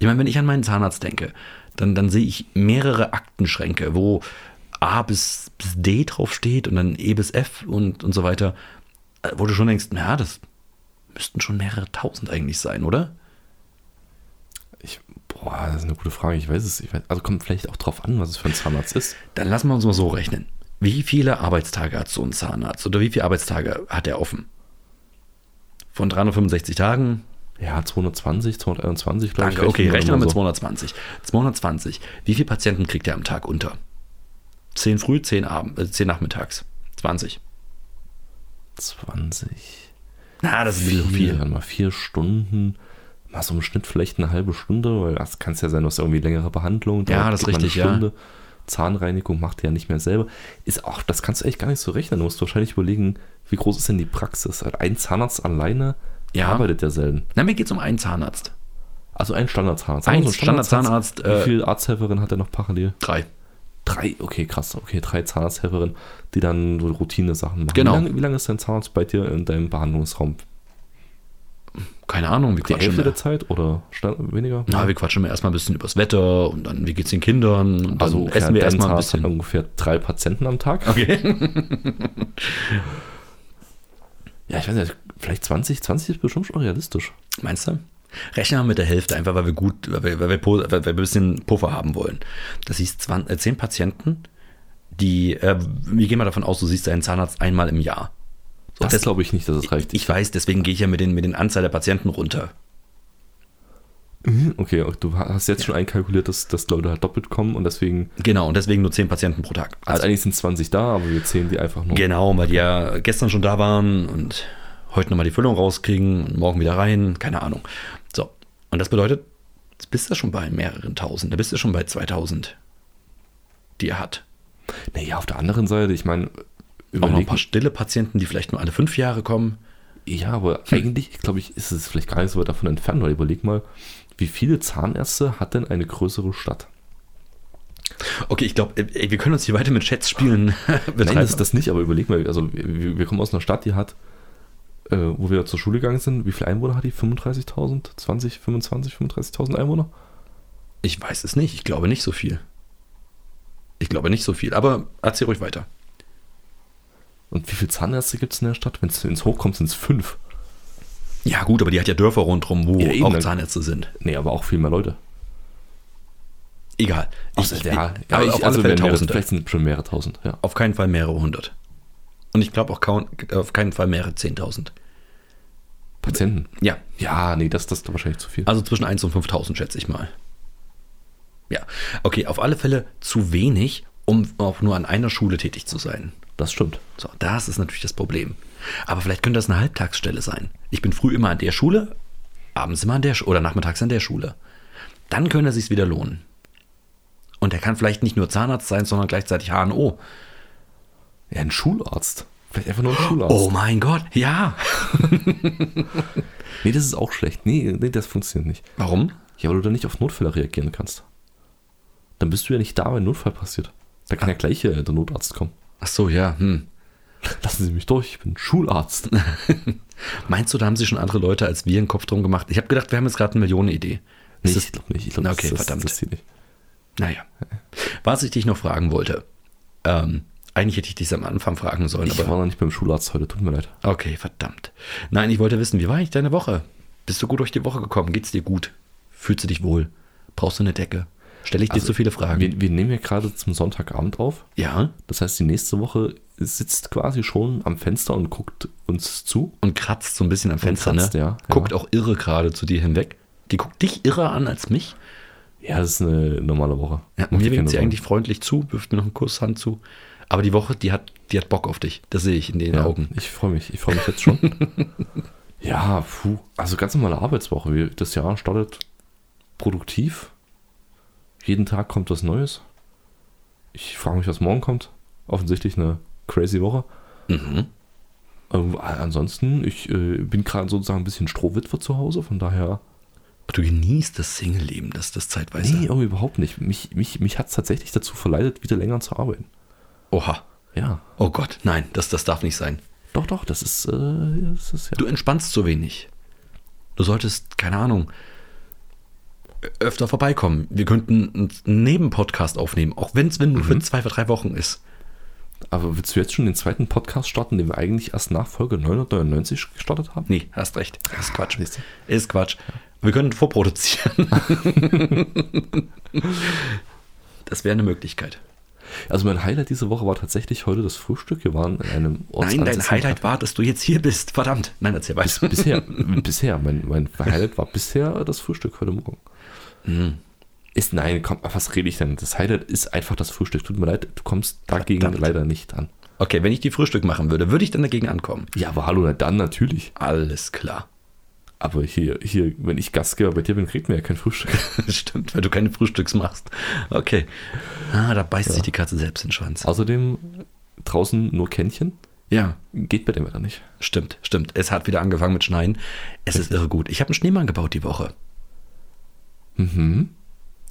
Speaker 1: Ich meine, wenn ich an meinen Zahnarzt denke, dann, dann sehe ich mehrere Aktenschränke, wo A bis, bis D draufsteht und dann E bis F und, und so weiter, Äh, wo du schon denkst, naja, das müssten schon mehrere tausend eigentlich sein, oder?
Speaker 2: Ich, boah, das ist eine gute Frage. Ich weiß es. Ich weiß, also kommt vielleicht auch drauf an, was es für ein Zahnarzt ist.
Speaker 1: Dann lassen wir uns mal so rechnen. Wie viele Arbeitstage hat so ein Zahnarzt oder wie viele Arbeitstage hat er offen? Von 365 Tagen
Speaker 2: Ja, 220, 221, glaube ich.
Speaker 1: Danke, okay,
Speaker 2: wir
Speaker 1: rechnen wir
Speaker 2: mal
Speaker 1: mit
Speaker 2: so.
Speaker 1: 220. 220. Wie viele Patienten kriegt er am Tag unter? 10 früh, 10 abend, äh, 10 nachmittags. 20.
Speaker 2: 20.
Speaker 1: Na, das ist viel.
Speaker 2: Vier,
Speaker 1: viel.
Speaker 2: dann mal vier Stunden. Mal so im Schnitt vielleicht eine halbe Stunde, weil das kann es ja sein, dass irgendwie längere Behandlung
Speaker 1: Ja,
Speaker 2: dauert,
Speaker 1: das ist
Speaker 2: geht mal eine
Speaker 1: richtig, ja.
Speaker 2: Zahnreinigung macht er ja nicht mehr selber. Ist auch, das kannst du echt gar nicht so rechnen. Du musst wahrscheinlich überlegen, wie groß ist denn die Praxis? Also Ein Zahnarzt alleine
Speaker 1: Ja.
Speaker 2: arbeitet ja selten.
Speaker 1: Na, mir geht es um einen Zahnarzt.
Speaker 2: Also ein Standardzahnarzt.
Speaker 1: Ein
Speaker 2: Also
Speaker 1: Standardzahnarzt,
Speaker 2: Wie
Speaker 1: äh,
Speaker 2: viel Arzthelferin hat er noch parallel?
Speaker 1: Drei.
Speaker 2: Drei, okay, krass. Okay, drei Zahnarzthelferinnen, die dann so Routine-Sachen machen.
Speaker 1: Genau.
Speaker 2: Wie lange wie lange ist dein Zahnarzt bei dir in deinem Behandlungsraum?
Speaker 1: Keine Ahnung, wir
Speaker 2: Die
Speaker 1: quatschen
Speaker 2: Hälfte
Speaker 1: mehr.
Speaker 2: der Zeit oder sta- weniger?
Speaker 1: Na, wir quatschen mir erstmal ein bisschen übers Wetter und dann, wie geht's den Kindern? Und dann
Speaker 2: also
Speaker 1: essen wir erstmal ein
Speaker 2: Hat
Speaker 1: bisschen.
Speaker 2: ungefähr drei Patienten am Tag.
Speaker 1: Okay.
Speaker 2: Ja, ich weiß nicht, vielleicht 20, 20 ist bestimmt schon realistisch.
Speaker 1: Meinst du? Rechnen wir mit der Hälfte, einfach weil wir gut, weil wir, weil wir, po- weil wir ein bisschen Puffer haben wollen. Das hieß 20, äh, 10 Patienten, die, äh, wir gehen mal davon aus, du siehst deinen Zahnarzt einmal im Jahr. So,
Speaker 2: Das, glaube ich nicht, dass es reicht.
Speaker 1: Ich weiß, deswegen gehe ich ja mit den, mit den Anzahl der Patienten runter.
Speaker 2: okay, du hast jetzt schon einkalkuliert, dass, dass Leute halt doppelt kommen und deswegen,
Speaker 1: Genau, und deswegen nur 10 Patienten pro Tag.
Speaker 2: also eigentlich sind 20 da, aber wir zählen die einfach nur.
Speaker 1: Genau, weil die ja gestern schon da waren und heute nochmal die Füllung rauskriegen und morgen wieder rein, keine Ahnung. So, und das bedeutet, jetzt bist du schon bei mehreren Tausend, da bist du schon bei 2000, die er hat.
Speaker 2: Naja, auf der anderen Seite, ich meine,
Speaker 1: Auch noch ein
Speaker 2: überleg
Speaker 1: paar stille Patienten, die vielleicht nur alle fünf Jahre kommen.
Speaker 2: Ja, aber eigentlich, glaube ich, ist es vielleicht gar nicht so weit davon entfernt, weil überleg mal, wie viele Zahnärzte hat denn eine größere Stadt?
Speaker 1: Okay, ich glaube, wir können uns hier weiter mit Chats spielen betreiben.
Speaker 2: Nein, das, das nicht, aber überleg mal, also wir, wir kommen aus einer Stadt, die hat, äh, wo wir zur Schule gegangen sind, wie viele Einwohner hat die? 35.000? 20, 25, 35.000 Einwohner?
Speaker 1: ich weiß es nicht, ich glaube nicht so viel. Ich glaube nicht so viel, aber erzähl ruhig weiter.
Speaker 2: Und wie viele Zahnärzte gibt es in der Stadt? Wenn es ins Hochkommt, sind es fünf.
Speaker 1: Ja, gut, aber die hat ja ne? Dörfer rundherum, wo
Speaker 2: Ja, eben,
Speaker 1: auch
Speaker 2: dann-
Speaker 1: Zahnärzte sind.
Speaker 2: Nee, aber auch viel mehr Leute.
Speaker 1: Egal.
Speaker 2: Also, ja,
Speaker 1: aber
Speaker 2: ich,
Speaker 1: auf alle
Speaker 2: also
Speaker 1: Fälle
Speaker 2: wenn mehrere,
Speaker 1: Tausende.
Speaker 2: vielleicht sind es schon mehrere tausend, ja.
Speaker 1: Auf keinen Fall mehrere hundert. Und ich glaube auch kaum, auf keinen Fall mehrere zehntausend.
Speaker 2: Patienten.
Speaker 1: Ja,
Speaker 2: Ja, nee, das, das ist wahrscheinlich zu viel.
Speaker 1: also zwischen 1 und 5000 schätze ich mal. Ja, okay, auf alle Fälle zu wenig, um auch nur an einer Schule tätig zu sein.
Speaker 2: Das stimmt.
Speaker 1: So, das ist natürlich das Problem. Aber vielleicht könnte das eine Halbtagsstelle sein. Ich bin früh immer an der Schule, abends immer an der Schule oder nachmittags an der Schule. dann könnte es sich wieder lohnen. Und er kann vielleicht nicht nur Zahnarzt sein, sondern gleichzeitig HNO.
Speaker 2: Ja, ein Schularzt. Vielleicht einfach nur ein Schularzt.
Speaker 1: Oh mein Gott, ja.
Speaker 2: Nee, das ist auch schlecht. Nee, nee, das funktioniert nicht.
Speaker 1: Warum?
Speaker 2: Ja, weil du dann nicht auf Notfälle reagieren kannst. Dann bist du ja nicht da, wenn ein Notfall passiert. Da
Speaker 1: Ah.
Speaker 2: kann ja gleich äh, der Notarzt kommen.
Speaker 1: Ach so, ja. Hm.
Speaker 2: Lassen Sie mich durch, ich bin Schularzt.
Speaker 1: Meinst du, da haben sich schon andere Leute als wir einen Kopf drum gemacht? Ich habe gedacht, wir haben jetzt gerade eine Millionenidee.
Speaker 2: Nee,
Speaker 1: Ist es-
Speaker 2: ich glaube nicht. Ich glaub,
Speaker 1: Na, okay, verdammt.
Speaker 2: Das, das geht nicht.
Speaker 1: Naja. Was ich dich noch fragen wollte, ähm, eigentlich hätte ich dich am Anfang fragen sollen,
Speaker 2: Ich
Speaker 1: aber.
Speaker 2: war noch nicht beim Schularzt heute, tut mir leid.
Speaker 1: Okay, verdammt. Nein, ich wollte wissen, wie war eigentlich deine Woche? Bist du gut durch die Woche gekommen? Geht's dir gut? Fühlst du dich wohl? Brauchst du eine Decke? Stelle ich dir zu viele Fragen?
Speaker 2: Also, Wir, wir nehmen ja gerade zum Sonntagabend auf.
Speaker 1: ja.
Speaker 2: Das heißt, die nächste Woche sitzt quasi schon am Fenster und guckt uns zu.
Speaker 1: Und kratzt so ein bisschen am Fenster,
Speaker 2: kratzt,
Speaker 1: ne?
Speaker 2: ja, ja.
Speaker 1: Guckt auch irre gerade zu dir hinweg. Die guckt dich irre an als mich.
Speaker 2: Ja, das ist eine normale Woche.
Speaker 1: Ja,
Speaker 2: Macht
Speaker 1: mir
Speaker 2: dir keine
Speaker 1: winkt sie
Speaker 2: Sorgen.
Speaker 1: eigentlich freundlich zu, wirft mir noch einen Kuss Hand zu. Aber die Woche, die hat, die hat Bock auf dich. Das sehe ich in den
Speaker 2: ja,
Speaker 1: Augen.
Speaker 2: Ich freue mich, ich freue mich jetzt schon. ja, puh. Also ganz normale Arbeitswoche. Wir- Das Jahr startet produktiv. Jeden Tag kommt was Neues. Ich frage mich, was morgen kommt. Offensichtlich eine crazy Woche.
Speaker 1: Mhm.
Speaker 2: Ähm, ansonsten, ich äh, bin gerade sozusagen ein bisschen Strohwitwe zu Hause, von daher.
Speaker 1: Du genießt das Single-Leben, das das zeitweise.
Speaker 2: Nee, irgendwie überhaupt nicht. Mich, mich, mich hat es tatsächlich dazu verleitet, wieder länger zu arbeiten.
Speaker 1: Oha.
Speaker 2: Ja.
Speaker 1: Oh Gott, nein, das, das darf nicht sein.
Speaker 2: Doch, doch, das ist, äh, das ist ja.
Speaker 1: Du entspannst zu wenig. Du solltest, keine Ahnung, ö- öfter vorbeikommen. Wir könnten einen Nebenpodcast aufnehmen, auch wenn es wenn nur für zwei oder drei Wochen ist.
Speaker 2: Aber willst du jetzt schon den zweiten Podcast starten, den wir eigentlich erst nach Folge 999 gestartet haben?
Speaker 1: Nee, hast recht. Ist Quatsch.
Speaker 2: siehst
Speaker 1: Ist Quatsch. Wir können vorproduzieren. das wäre eine Möglichkeit.
Speaker 2: Also mein Highlight diese Woche war tatsächlich heute das Frühstück. Wir waren in einem
Speaker 1: Nein, dein
Speaker 2: ortsansässigen
Speaker 1: Highlight war, dass du jetzt hier bist. Verdammt. Nein, erzähl weiter.
Speaker 2: Café. Bisher, bisher, mein, mein Highlight war bisher das Frühstück heute Morgen.
Speaker 1: Hm.
Speaker 2: Ist, nein, komm, was rede ich denn? Das Highlight ist einfach das Frühstück. Tut mir leid, du kommst dagegen
Speaker 1: Verdammt.
Speaker 2: leider nicht an.
Speaker 1: Okay, wenn ich die Frühstück machen würde, würde ich dann dagegen ankommen?
Speaker 2: Ja, aber hallo, na dann natürlich.
Speaker 1: Alles klar.
Speaker 2: Aber hier, hier, wenn ich Gastgeber bei dir bin, kriegt mir ja kein Frühstück.
Speaker 1: Stimmt, weil du keine Frühstücks machst. Okay. Ah, da beißt sich die Katze selbst in den Schwanz.
Speaker 2: Außerdem draußen nur Kännchen.
Speaker 1: Ja,
Speaker 2: Geht bei dem Wetter nicht.
Speaker 1: stimmt, stimmt. Es hat wieder angefangen mit Schneien. Es ist irre gut. Ich habe einen Schneemann gebaut die Woche.
Speaker 2: Mhm.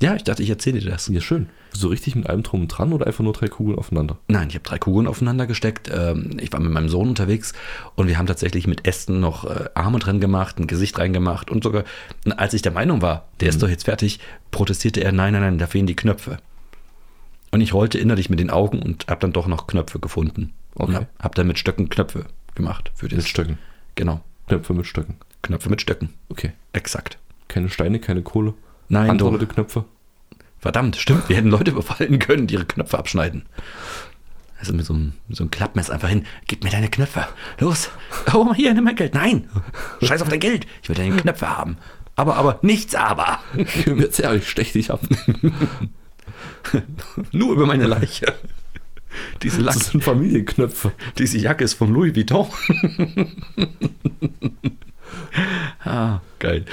Speaker 1: Ja, ich dachte, ich erzähle dir das.
Speaker 2: Ja, schön. So richtig mit allem drum und dran oder einfach nur drei Kugeln aufeinander?
Speaker 1: Nein, ich habe drei Kugeln aufeinander gesteckt. Ähm, Ich war mit meinem Sohn unterwegs und wir haben tatsächlich mit Ästen noch äh, Arme drin gemacht, ein Gesicht reingemacht und sogar, und als ich der Meinung war, der
Speaker 2: Mhm.
Speaker 1: ist doch jetzt fertig, protestierte er, nein, nein, nein, da fehlen die Knöpfe. Und ich rollte innerlich mit den Augen und habe dann doch noch Knöpfe gefunden. Und
Speaker 2: Okay.
Speaker 1: habe hab dann mit Stöcken Knöpfe gemacht für
Speaker 2: Mit
Speaker 1: das.
Speaker 2: Stöcken.
Speaker 1: Genau,
Speaker 2: Knöpfe mit Stöcken.
Speaker 1: Knöpfe mit Stöcken.
Speaker 2: Okay.
Speaker 1: Exakt.
Speaker 2: Keine Steine, keine Kohle.
Speaker 1: Nein,
Speaker 2: Andere
Speaker 1: doch.
Speaker 2: Leute Knöpfe.
Speaker 1: Verdammt, stimmt, wir hätten Leute überfallen können, die ihre Knöpfe abschneiden. Also mit so einem, mit so einem Klappmesser einfach hin, gib mir deine Knöpfe, los, oh, hier, nimm mein Geld. Nein, scheiß auf dein Geld, ich will deine Knöpfe haben. Aber, aber, nichts aber,
Speaker 2: Jetzt ja, ich stech dich ab.
Speaker 1: nur über meine Leiche. Diese, Lack,
Speaker 2: Das sind Familienknöpfe.
Speaker 1: diese Jacke ist von Louis Vuitton. ah, geil.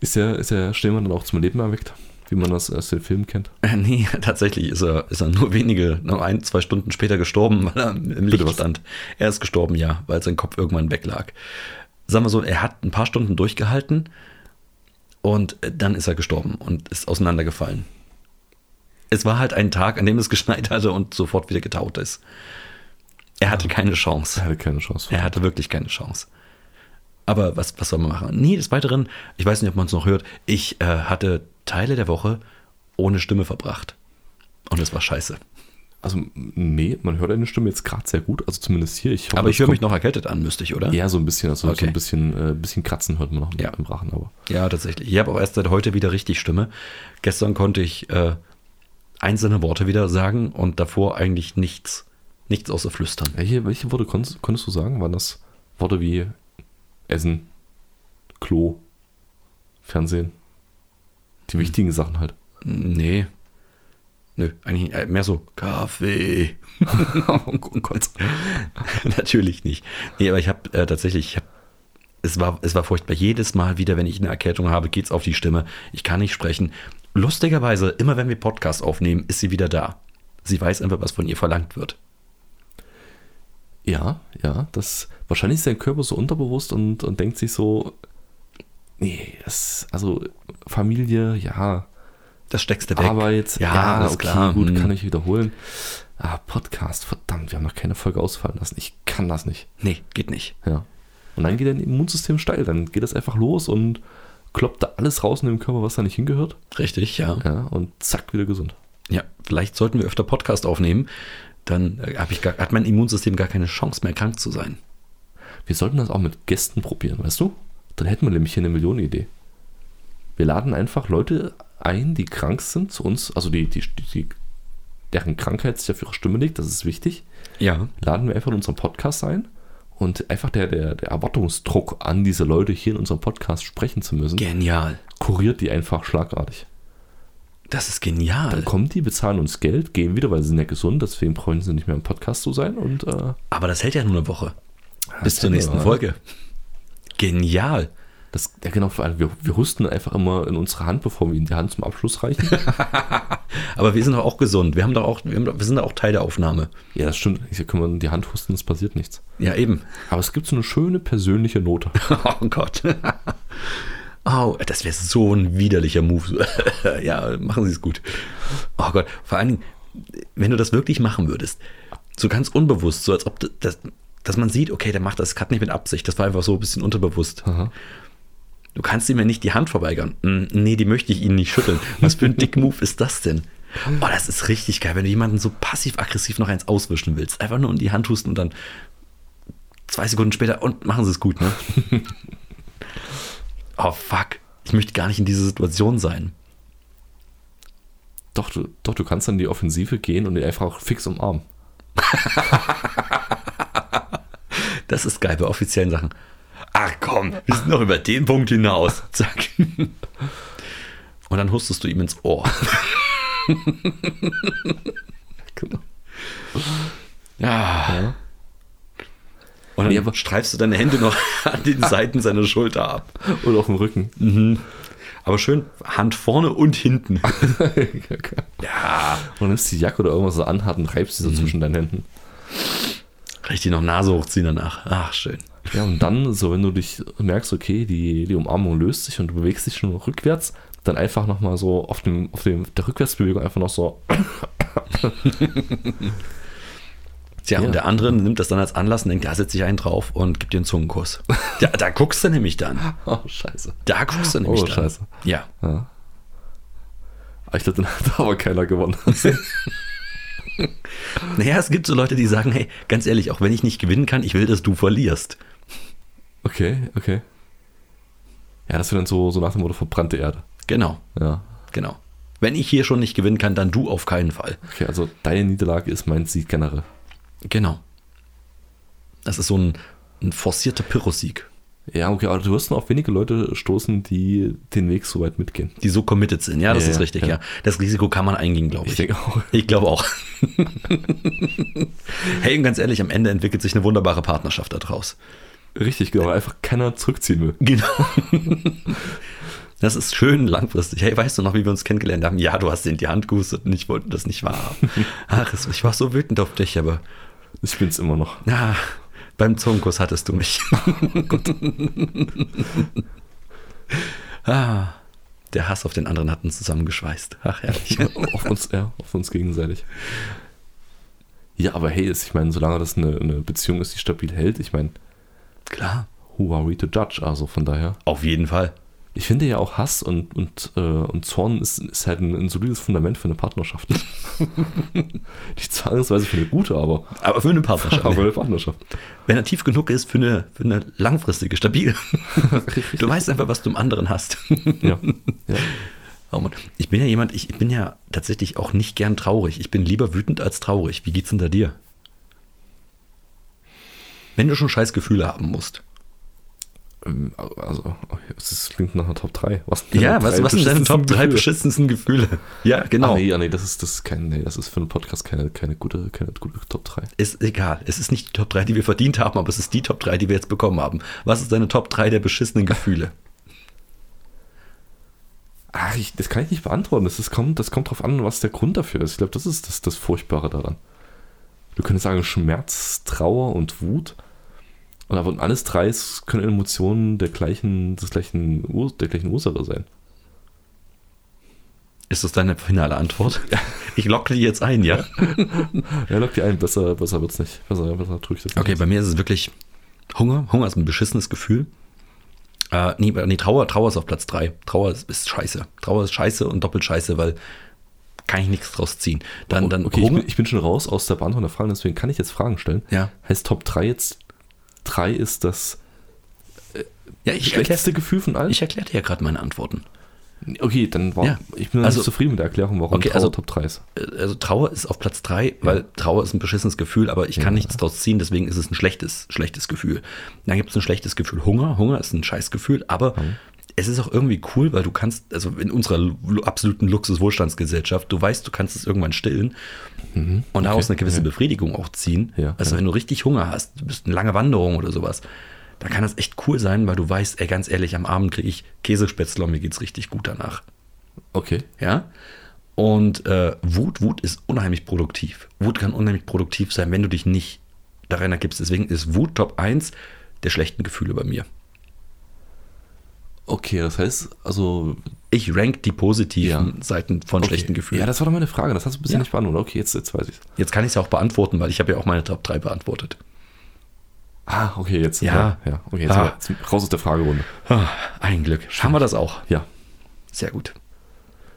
Speaker 2: Ist ja, ist ja Schneemann dann auch zum Leben erweckt, wie man das aus den Filmen kennt.
Speaker 1: Äh, Nee, tatsächlich ist er, ist er nur wenige, nur ein, zwei Stunden später gestorben, weil er im Licht
Speaker 2: was?
Speaker 1: stand. Er ist gestorben, ja, weil sein Kopf irgendwann weglag. Sagen wir so, er hat ein paar Stunden durchgehalten und äh, dann ist er gestorben und ist auseinandergefallen. Es war halt ein Tag, an dem es geschneit hatte und sofort wieder getaut ist. Er hatte keine Chance.
Speaker 2: Er hatte keine Chance.
Speaker 1: Er hatte wirklich keine Chance. Aber was, was soll man machen? Nee, des Weiteren, ich weiß nicht, ob man es noch hört, ich äh, hatte Teile der Woche ohne Stimme verbracht. Und es war scheiße.
Speaker 2: Also, nee, man hört deine Stimme jetzt gerade sehr gut. Also zumindest hier. Ich hoffe,
Speaker 1: Aber ich
Speaker 2: das
Speaker 1: höre mich
Speaker 2: kommt-
Speaker 1: noch erkältet an, müsste ich, oder?
Speaker 2: Ja, so ein bisschen. Also so
Speaker 1: Okay.
Speaker 2: ein bisschen, äh, bisschen Kratzen hört man noch
Speaker 1: Ja.
Speaker 2: im Rachen. Aber
Speaker 1: Ja, tatsächlich. Ich habe auch erst seit heute wieder richtig Stimme. Gestern konnte ich äh, einzelne Worte wieder sagen und davor eigentlich nichts. Nichts außer flüstern.
Speaker 2: welche, welche Worte konntest, konntest du sagen? Waren das Worte wie Essen, Klo, Fernsehen? Die wichtigen Sachen halt.
Speaker 1: Nee. Nö, eigentlich äh, mehr so Kaffee.
Speaker 2: oh Gott.
Speaker 1: Natürlich nicht. Nee, aber ich habe äh, tatsächlich, ich hab, es war, es war furchtbar. Jedes Mal wieder, wenn ich eine Erkältung habe, geht's auf die Stimme. Ich kann nicht sprechen. Lustigerweise, immer wenn wir Podcast aufnehmen, ist sie wieder da. Sie weiß einfach, was von ihr verlangt wird.
Speaker 2: Ja, ja, das wahrscheinlich ist dein Körper so unterbewusst und, und denkt sich so, nee, das, also Familie, ja,
Speaker 1: Das steckst du weg.
Speaker 2: Arbeit,
Speaker 1: Ja, alles
Speaker 2: okay,
Speaker 1: klar,
Speaker 2: gut,
Speaker 1: hm.
Speaker 2: kann ich wiederholen. Ah, Podcast, verdammt, wir haben noch keine Folge ausfallen lassen. Ich kann das nicht.
Speaker 1: Nee, geht nicht.
Speaker 2: Ja. Und dann geht dein Immunsystem steil, dann geht das einfach los und kloppt da alles raus in dem Körper, was da nicht hingehört.
Speaker 1: Richtig, ja.
Speaker 2: Ja, und zack, wieder gesund.
Speaker 1: Ja, vielleicht sollten wir öfter Podcast aufnehmen. Dann äh, hab ich gar, hat mein Immunsystem gar keine Chance mehr, krank zu sein.
Speaker 2: Wir sollten das auch mit Gästen probieren, weißt du? Dann hätten wir nämlich hier eine Millionenidee. Wir laden einfach Leute ein, die krank sind, zu uns, also die, die, die deren Krankheit sich auf ihre Stimme legt, das ist wichtig.
Speaker 1: Ja.
Speaker 2: Laden wir einfach in unseren Podcast ein und einfach der, der, der Erwartungsdruck an diese Leute hier in unserem Podcast sprechen zu müssen,
Speaker 1: Genial.
Speaker 2: kuriert die einfach schlagartig.
Speaker 1: Das ist
Speaker 2: Dann
Speaker 1: genial.
Speaker 2: kommen die, bezahlen uns Geld, gehen wieder, weil sie sind ja gesund, deswegen brauchen sie nicht mehr im Podcast zu sein und äh,
Speaker 1: Aber das hält ja nur eine Woche. Bis
Speaker 2: das
Speaker 1: zur
Speaker 2: hätten wir
Speaker 1: nächsten
Speaker 2: mal.
Speaker 1: Folge. Genial.
Speaker 2: Das, ja genau, vor allem, wir, wir husten einfach immer in unsere Hand, bevor wir ihnen die Hand zum Abschluss reichen.
Speaker 1: Aber wir sind doch auch gesund. Wir, haben doch auch, wir, haben, doch- wir sind doch auch Teil der Aufnahme.
Speaker 2: ja, das stimmt. Hier können wir in die Hand husten, es passiert nichts.
Speaker 1: Ja, eben.
Speaker 2: Aber es gibt so eine schöne persönliche Note.
Speaker 1: Oh Gott. Oh, das wäre so ein widerlicher Move. ja, machen Sie es gut. Oh Gott, vor allen Dingen, wenn du das wirklich machen würdest, so ganz unbewusst, so als ob d- das, dass man sieht, okay, der macht das gerade nicht mit Absicht, das war einfach so ein bisschen unterbewusst.
Speaker 2: Aha.
Speaker 1: Du kannst ihm ja nicht die Hand verweigern. Hm, Nee, die möchte ich Ihnen nicht schütteln. Was für ein dick Move ist das denn? Oh, das ist richtig geil, wenn du jemanden so passiv-aggressiv noch eins auswischen willst. Einfach nur in die Hand husten und dann zwei Sekunden später und machen sie es gut, ne? oh, fuck. Ich möchte gar nicht in dieser Situation sein.
Speaker 2: Doch du, doch, du kannst dann in die Offensive gehen und ihn einfach auch fix umarmen.
Speaker 1: Das ist geil bei offiziellen Sachen. Ach komm, wir sind noch über den Punkt hinaus. Zack. Und dann hustest du ihm ins Ohr.
Speaker 2: Genau.
Speaker 1: Ja. Und dann
Speaker 2: Nee, aber-
Speaker 1: streifst du deine Hände noch an den Seiten seiner Schulter ab.
Speaker 2: Oder auf dem Rücken.
Speaker 1: Aber schön Hand vorne und hinten.
Speaker 2: ja. Und nimmst die Jacke oder irgendwas so an, hat und reibst sie
Speaker 1: Mhm.
Speaker 2: so zwischen deinen Händen.
Speaker 1: Richtig noch Nase hochziehen danach. Ach, schön.
Speaker 2: Ja, und dann, so wenn du dich merkst, okay, die, die Umarmung löst sich und du bewegst dich schon rückwärts, dann einfach nochmal so auf dem, auf dem der Rückwärtsbewegung einfach noch so
Speaker 1: Tja,
Speaker 2: Ja.
Speaker 1: und der andere nimmt das dann als Anlass und denkt, da setze ich einen drauf und gibt dir einen Zungenkuss. Da, da guckst du nämlich dann.
Speaker 2: Oh, scheiße.
Speaker 1: Da guckst du nämlich
Speaker 2: Oh,
Speaker 1: dann.
Speaker 2: scheiße.
Speaker 1: Ja.
Speaker 2: Ja. Aber ich glaube, dann hat aber keiner gewonnen.
Speaker 1: Naja, es gibt so Leute, die sagen, hey, ganz ehrlich, auch wenn ich nicht gewinnen kann, ich will, dass du verlierst.
Speaker 2: okay, okay. Ja, das wäre dann so, so nach dem Motto verbrannte Erde.
Speaker 1: Genau,
Speaker 2: Ja.
Speaker 1: genau. Wenn ich hier schon nicht gewinnen kann, dann du auf keinen Fall.
Speaker 2: Okay, also deine Niederlage ist mein Sieg generell.
Speaker 1: Genau. Das ist so ein, ein forcierter Pyrrhussieg,
Speaker 2: Ja, okay, aber du wirst nur auf wenige Leute stoßen, die den Weg so weit mitgehen.
Speaker 1: die so committed sind. Ja, das
Speaker 2: Ja,
Speaker 1: ist
Speaker 2: ja,
Speaker 1: richtig,
Speaker 2: ja.
Speaker 1: ja. Das Risiko kann man eingehen, glaube ich.
Speaker 2: Ich denke auch.
Speaker 1: Ich glaube auch. hey, und ganz ehrlich, am Ende entwickelt sich eine wunderbare Partnerschaft daraus.
Speaker 2: Richtig, genau, weil einfach keiner zurückziehen will.
Speaker 1: Genau. Das ist schön langfristig. Hey, weißt du noch, wie wir uns kennengelernt haben? Ja, du hast in die Hand gehustet und ich wollte das nicht wahrhaben. Ach, es- ich war so wütend auf dich, aber
Speaker 2: Ich bin's immer noch.
Speaker 1: na, beim Zungenkuss hattest du mich. ah, der Hass auf den anderen hat uns zusammengeschweißt. Ach, herrlich.
Speaker 2: auf uns, ja, auf uns gegenseitig. Ja, aber hey, ist- ich meine, solange das eine, eine Beziehung ist, die stabil hält, ich meine,
Speaker 1: Klar,
Speaker 2: who are we to judge? Also von daher.
Speaker 1: auf jeden Fall.
Speaker 2: Ich finde ja auch Hass und, und, äh, und Zorn ist, ist halt ein, ein solides Fundament für eine Partnerschaft. Nicht zwangsweise für eine gute, aber,
Speaker 1: Aber für eine Partnerschaft.
Speaker 2: aber eine Partnerschaft.
Speaker 1: Wenn er tief genug ist für eine, für eine langfristige, stabile. du weißt einfach, was du im anderen hast.
Speaker 2: Ja. ja.
Speaker 1: Oh Mann. Ich bin ja jemand, ich bin ja tatsächlich auch nicht gern traurig. Ich bin lieber wütend als traurig. Wie geht's denn da dir? Wenn du schon scheiß Gefühle haben musst.
Speaker 2: Ähm, Also, es klingt nach einer Top 3. Was denn
Speaker 1: Ja,
Speaker 2: deine
Speaker 1: was,
Speaker 2: drei
Speaker 1: was sind deine Top 3
Speaker 2: beschissensten Gefühle?
Speaker 1: beschissensten Gefühle? Ja, genau.
Speaker 2: Ah, nee, ah, nee, das ist, das ist kein, nee, das ist für einen Podcast keine, keine gute, keine gute Top 3.
Speaker 1: Ist egal. Es ist nicht die Top 3, die wir verdient haben, aber es ist die Top 3, die wir jetzt bekommen haben. Was ist deine Top 3 der beschissenen Gefühle?
Speaker 2: Ach, Ah, ich, das kann ich nicht beantworten. Das, ist, kommt, das kommt drauf an, was der Grund dafür ist. Ich glaube, das ist das, das Furchtbare daran. Du könntest sagen Schmerz, Trauer und Wut. Und aber alles drei ist- können Emotionen der gleichen, des gleichen, Ur- der gleichen Ursache sein.
Speaker 1: Ist das deine finale Antwort? Ich locke dich jetzt ein, ja?
Speaker 2: Ja, lock die ein, besser, besser wird's nicht. Besser, besser drückt das
Speaker 1: Okay,
Speaker 2: nicht.
Speaker 1: bei mir ist es wirklich Hunger. Hunger ist ein beschissenes Gefühl. Äh, nee, nee, Trauer, Trauer ist auf Platz 3. Trauer ist, ist scheiße. Trauer ist scheiße und doppelt scheiße, weil kann ich nichts draus ziehen. Dann, dann
Speaker 2: Oh, okay, ich
Speaker 1: Hunger.
Speaker 2: bin, ich bin schon raus aus der Beantwortung der Fragen, deswegen kann ich jetzt Fragen stellen.
Speaker 1: Ja.
Speaker 2: Heißt Top 3 jetzt, 3 ist das
Speaker 1: ja, ich erkläre
Speaker 2: schlechteste Gefühl von allen?
Speaker 1: ich erklär dir ja gerade meine Antworten.
Speaker 2: okay, dann war,
Speaker 1: Ja.
Speaker 2: ich bin noch
Speaker 1: Also-
Speaker 2: nicht zufrieden mit der Erklärung, warum
Speaker 1: Okay, also-
Speaker 2: Top 3 ist.
Speaker 1: Äh, Also Trauer ist auf Platz 3, weil Trauer ist ein beschissenes Gefühl, aber ich kann nichts draus ziehen, deswegen ist es ein schlechtes, schlechtes Gefühl. Dann gibt es ein schlechtes Gefühl Hunger. Hunger ist ein Scheißgefühl, aber es ist auch irgendwie cool, weil du kannst, also in unserer lu- absoluten Luxus-Wohlstandsgesellschaft, du weißt, du kannst es irgendwann stillen und daraus
Speaker 2: Mhm. okay,
Speaker 1: eine gewisse
Speaker 2: ja.
Speaker 1: Befriedigung auch ziehen.
Speaker 2: Ja,
Speaker 1: also
Speaker 2: ja.
Speaker 1: wenn du richtig Hunger hast, du bist eine lange Wanderung oder sowas, dann kann das echt cool sein, weil du weißt, ey, ganz ehrlich, am Abend kriege ich Käsespätzle und mir geht's richtig gut danach.
Speaker 2: Okay.
Speaker 1: Ja. Und äh, Wut, Wut ist unheimlich produktiv. Wut kann unheimlich produktiv sein, wenn du dich nicht daran ergibst. Deswegen ist Wut Top 1 der schlechten Gefühle bei mir.
Speaker 2: Okay, das heißt, also.
Speaker 1: Ich rank die positiven
Speaker 2: Ja.
Speaker 1: Seiten von
Speaker 2: okay.
Speaker 1: schlechten Gefühlen.
Speaker 2: Ja, das war doch meine Frage. Das hast du bisher
Speaker 1: Ja.
Speaker 2: nicht beantwortet. Okay, jetzt, jetzt weiß ich
Speaker 1: Jetzt kann ich es ja auch beantworten, weil ich habe ja auch meine Top 3 beantwortet.
Speaker 2: Ah, okay, jetzt.
Speaker 1: Ja.
Speaker 2: Ja, okay, jetzt,
Speaker 1: Ah.
Speaker 2: aber jetzt raus aus der Fragerunde.
Speaker 1: Ah, ein Glück. Haben wir das auch.
Speaker 2: Ja.
Speaker 1: Sehr gut.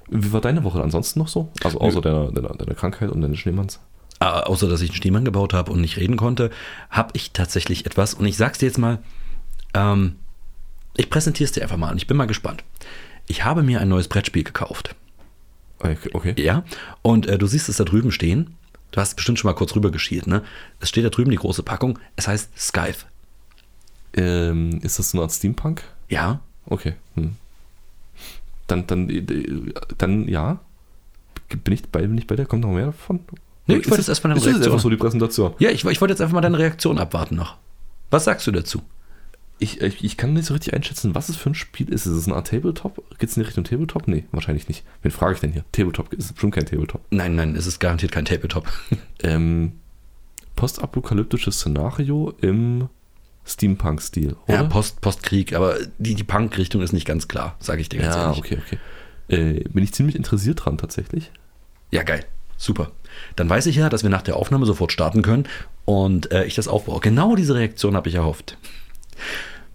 Speaker 2: Wie war deine Woche ansonsten noch so? Also außer deiner, deiner, deiner Krankheit und deines Schneemanns?
Speaker 1: Äh, außer dass ich einen Schneemann gebaut habe und nicht reden konnte, habe ich tatsächlich etwas. Und ich sag's dir jetzt mal, ähm, ich präsentiere es dir einfach mal an. Ich bin mal gespannt. Ich habe mir ein neues Brettspiel gekauft.
Speaker 2: Ah, Okay. okay.
Speaker 1: Ja, und äh, du siehst es da drüben stehen. Du hast bestimmt schon mal kurz rüber geschielt, ne? Es steht da drüben die große Packung. Es heißt Scythe.
Speaker 2: Ähm, ist das so eine Art Steampunk?
Speaker 1: Ja,
Speaker 2: Okay. Hm. Dann, dann, äh, dann, ja. Bin ich bei, bin ich bei der? Kommt noch mehr davon?
Speaker 1: Nee, ich
Speaker 2: Ist
Speaker 1: wollte
Speaker 2: das-
Speaker 1: jetzt erst mal eine
Speaker 2: Ist das jetzt
Speaker 1: Reaktion.
Speaker 2: einfach so die Präsentation?
Speaker 1: ja ich, ich wollte jetzt einfach mal deine Reaktion abwarten noch. Was sagst du dazu?
Speaker 2: Ich, äh, ich, ich kann nicht so richtig einschätzen, was es für ein Spiel ist. Ist es eine Art Tabletop? Geht es in die Richtung Tabletop? Nee, wahrscheinlich nicht. Wen frage ich denn hier? Tabletop ist bestimmt kein Tabletop.
Speaker 1: Nein, nein, es ist garantiert kein Tabletop.
Speaker 2: Ähm, postapokalyptisches Szenario im Steampunk-Stil,
Speaker 1: Ja,
Speaker 2: oder?
Speaker 1: Post, Postkrieg, aber die, die Punk-Richtung ist nicht ganz klar, sage ich dir ganz ehrlich.
Speaker 2: okay, okay. Äh, bin ich ziemlich interessiert dran tatsächlich.
Speaker 1: Ja, geil. Super. Dann weiß ich ja, dass wir nach der Aufnahme sofort starten können und äh, ich das aufbaue. Genau diese Reaktion habe ich erhofft.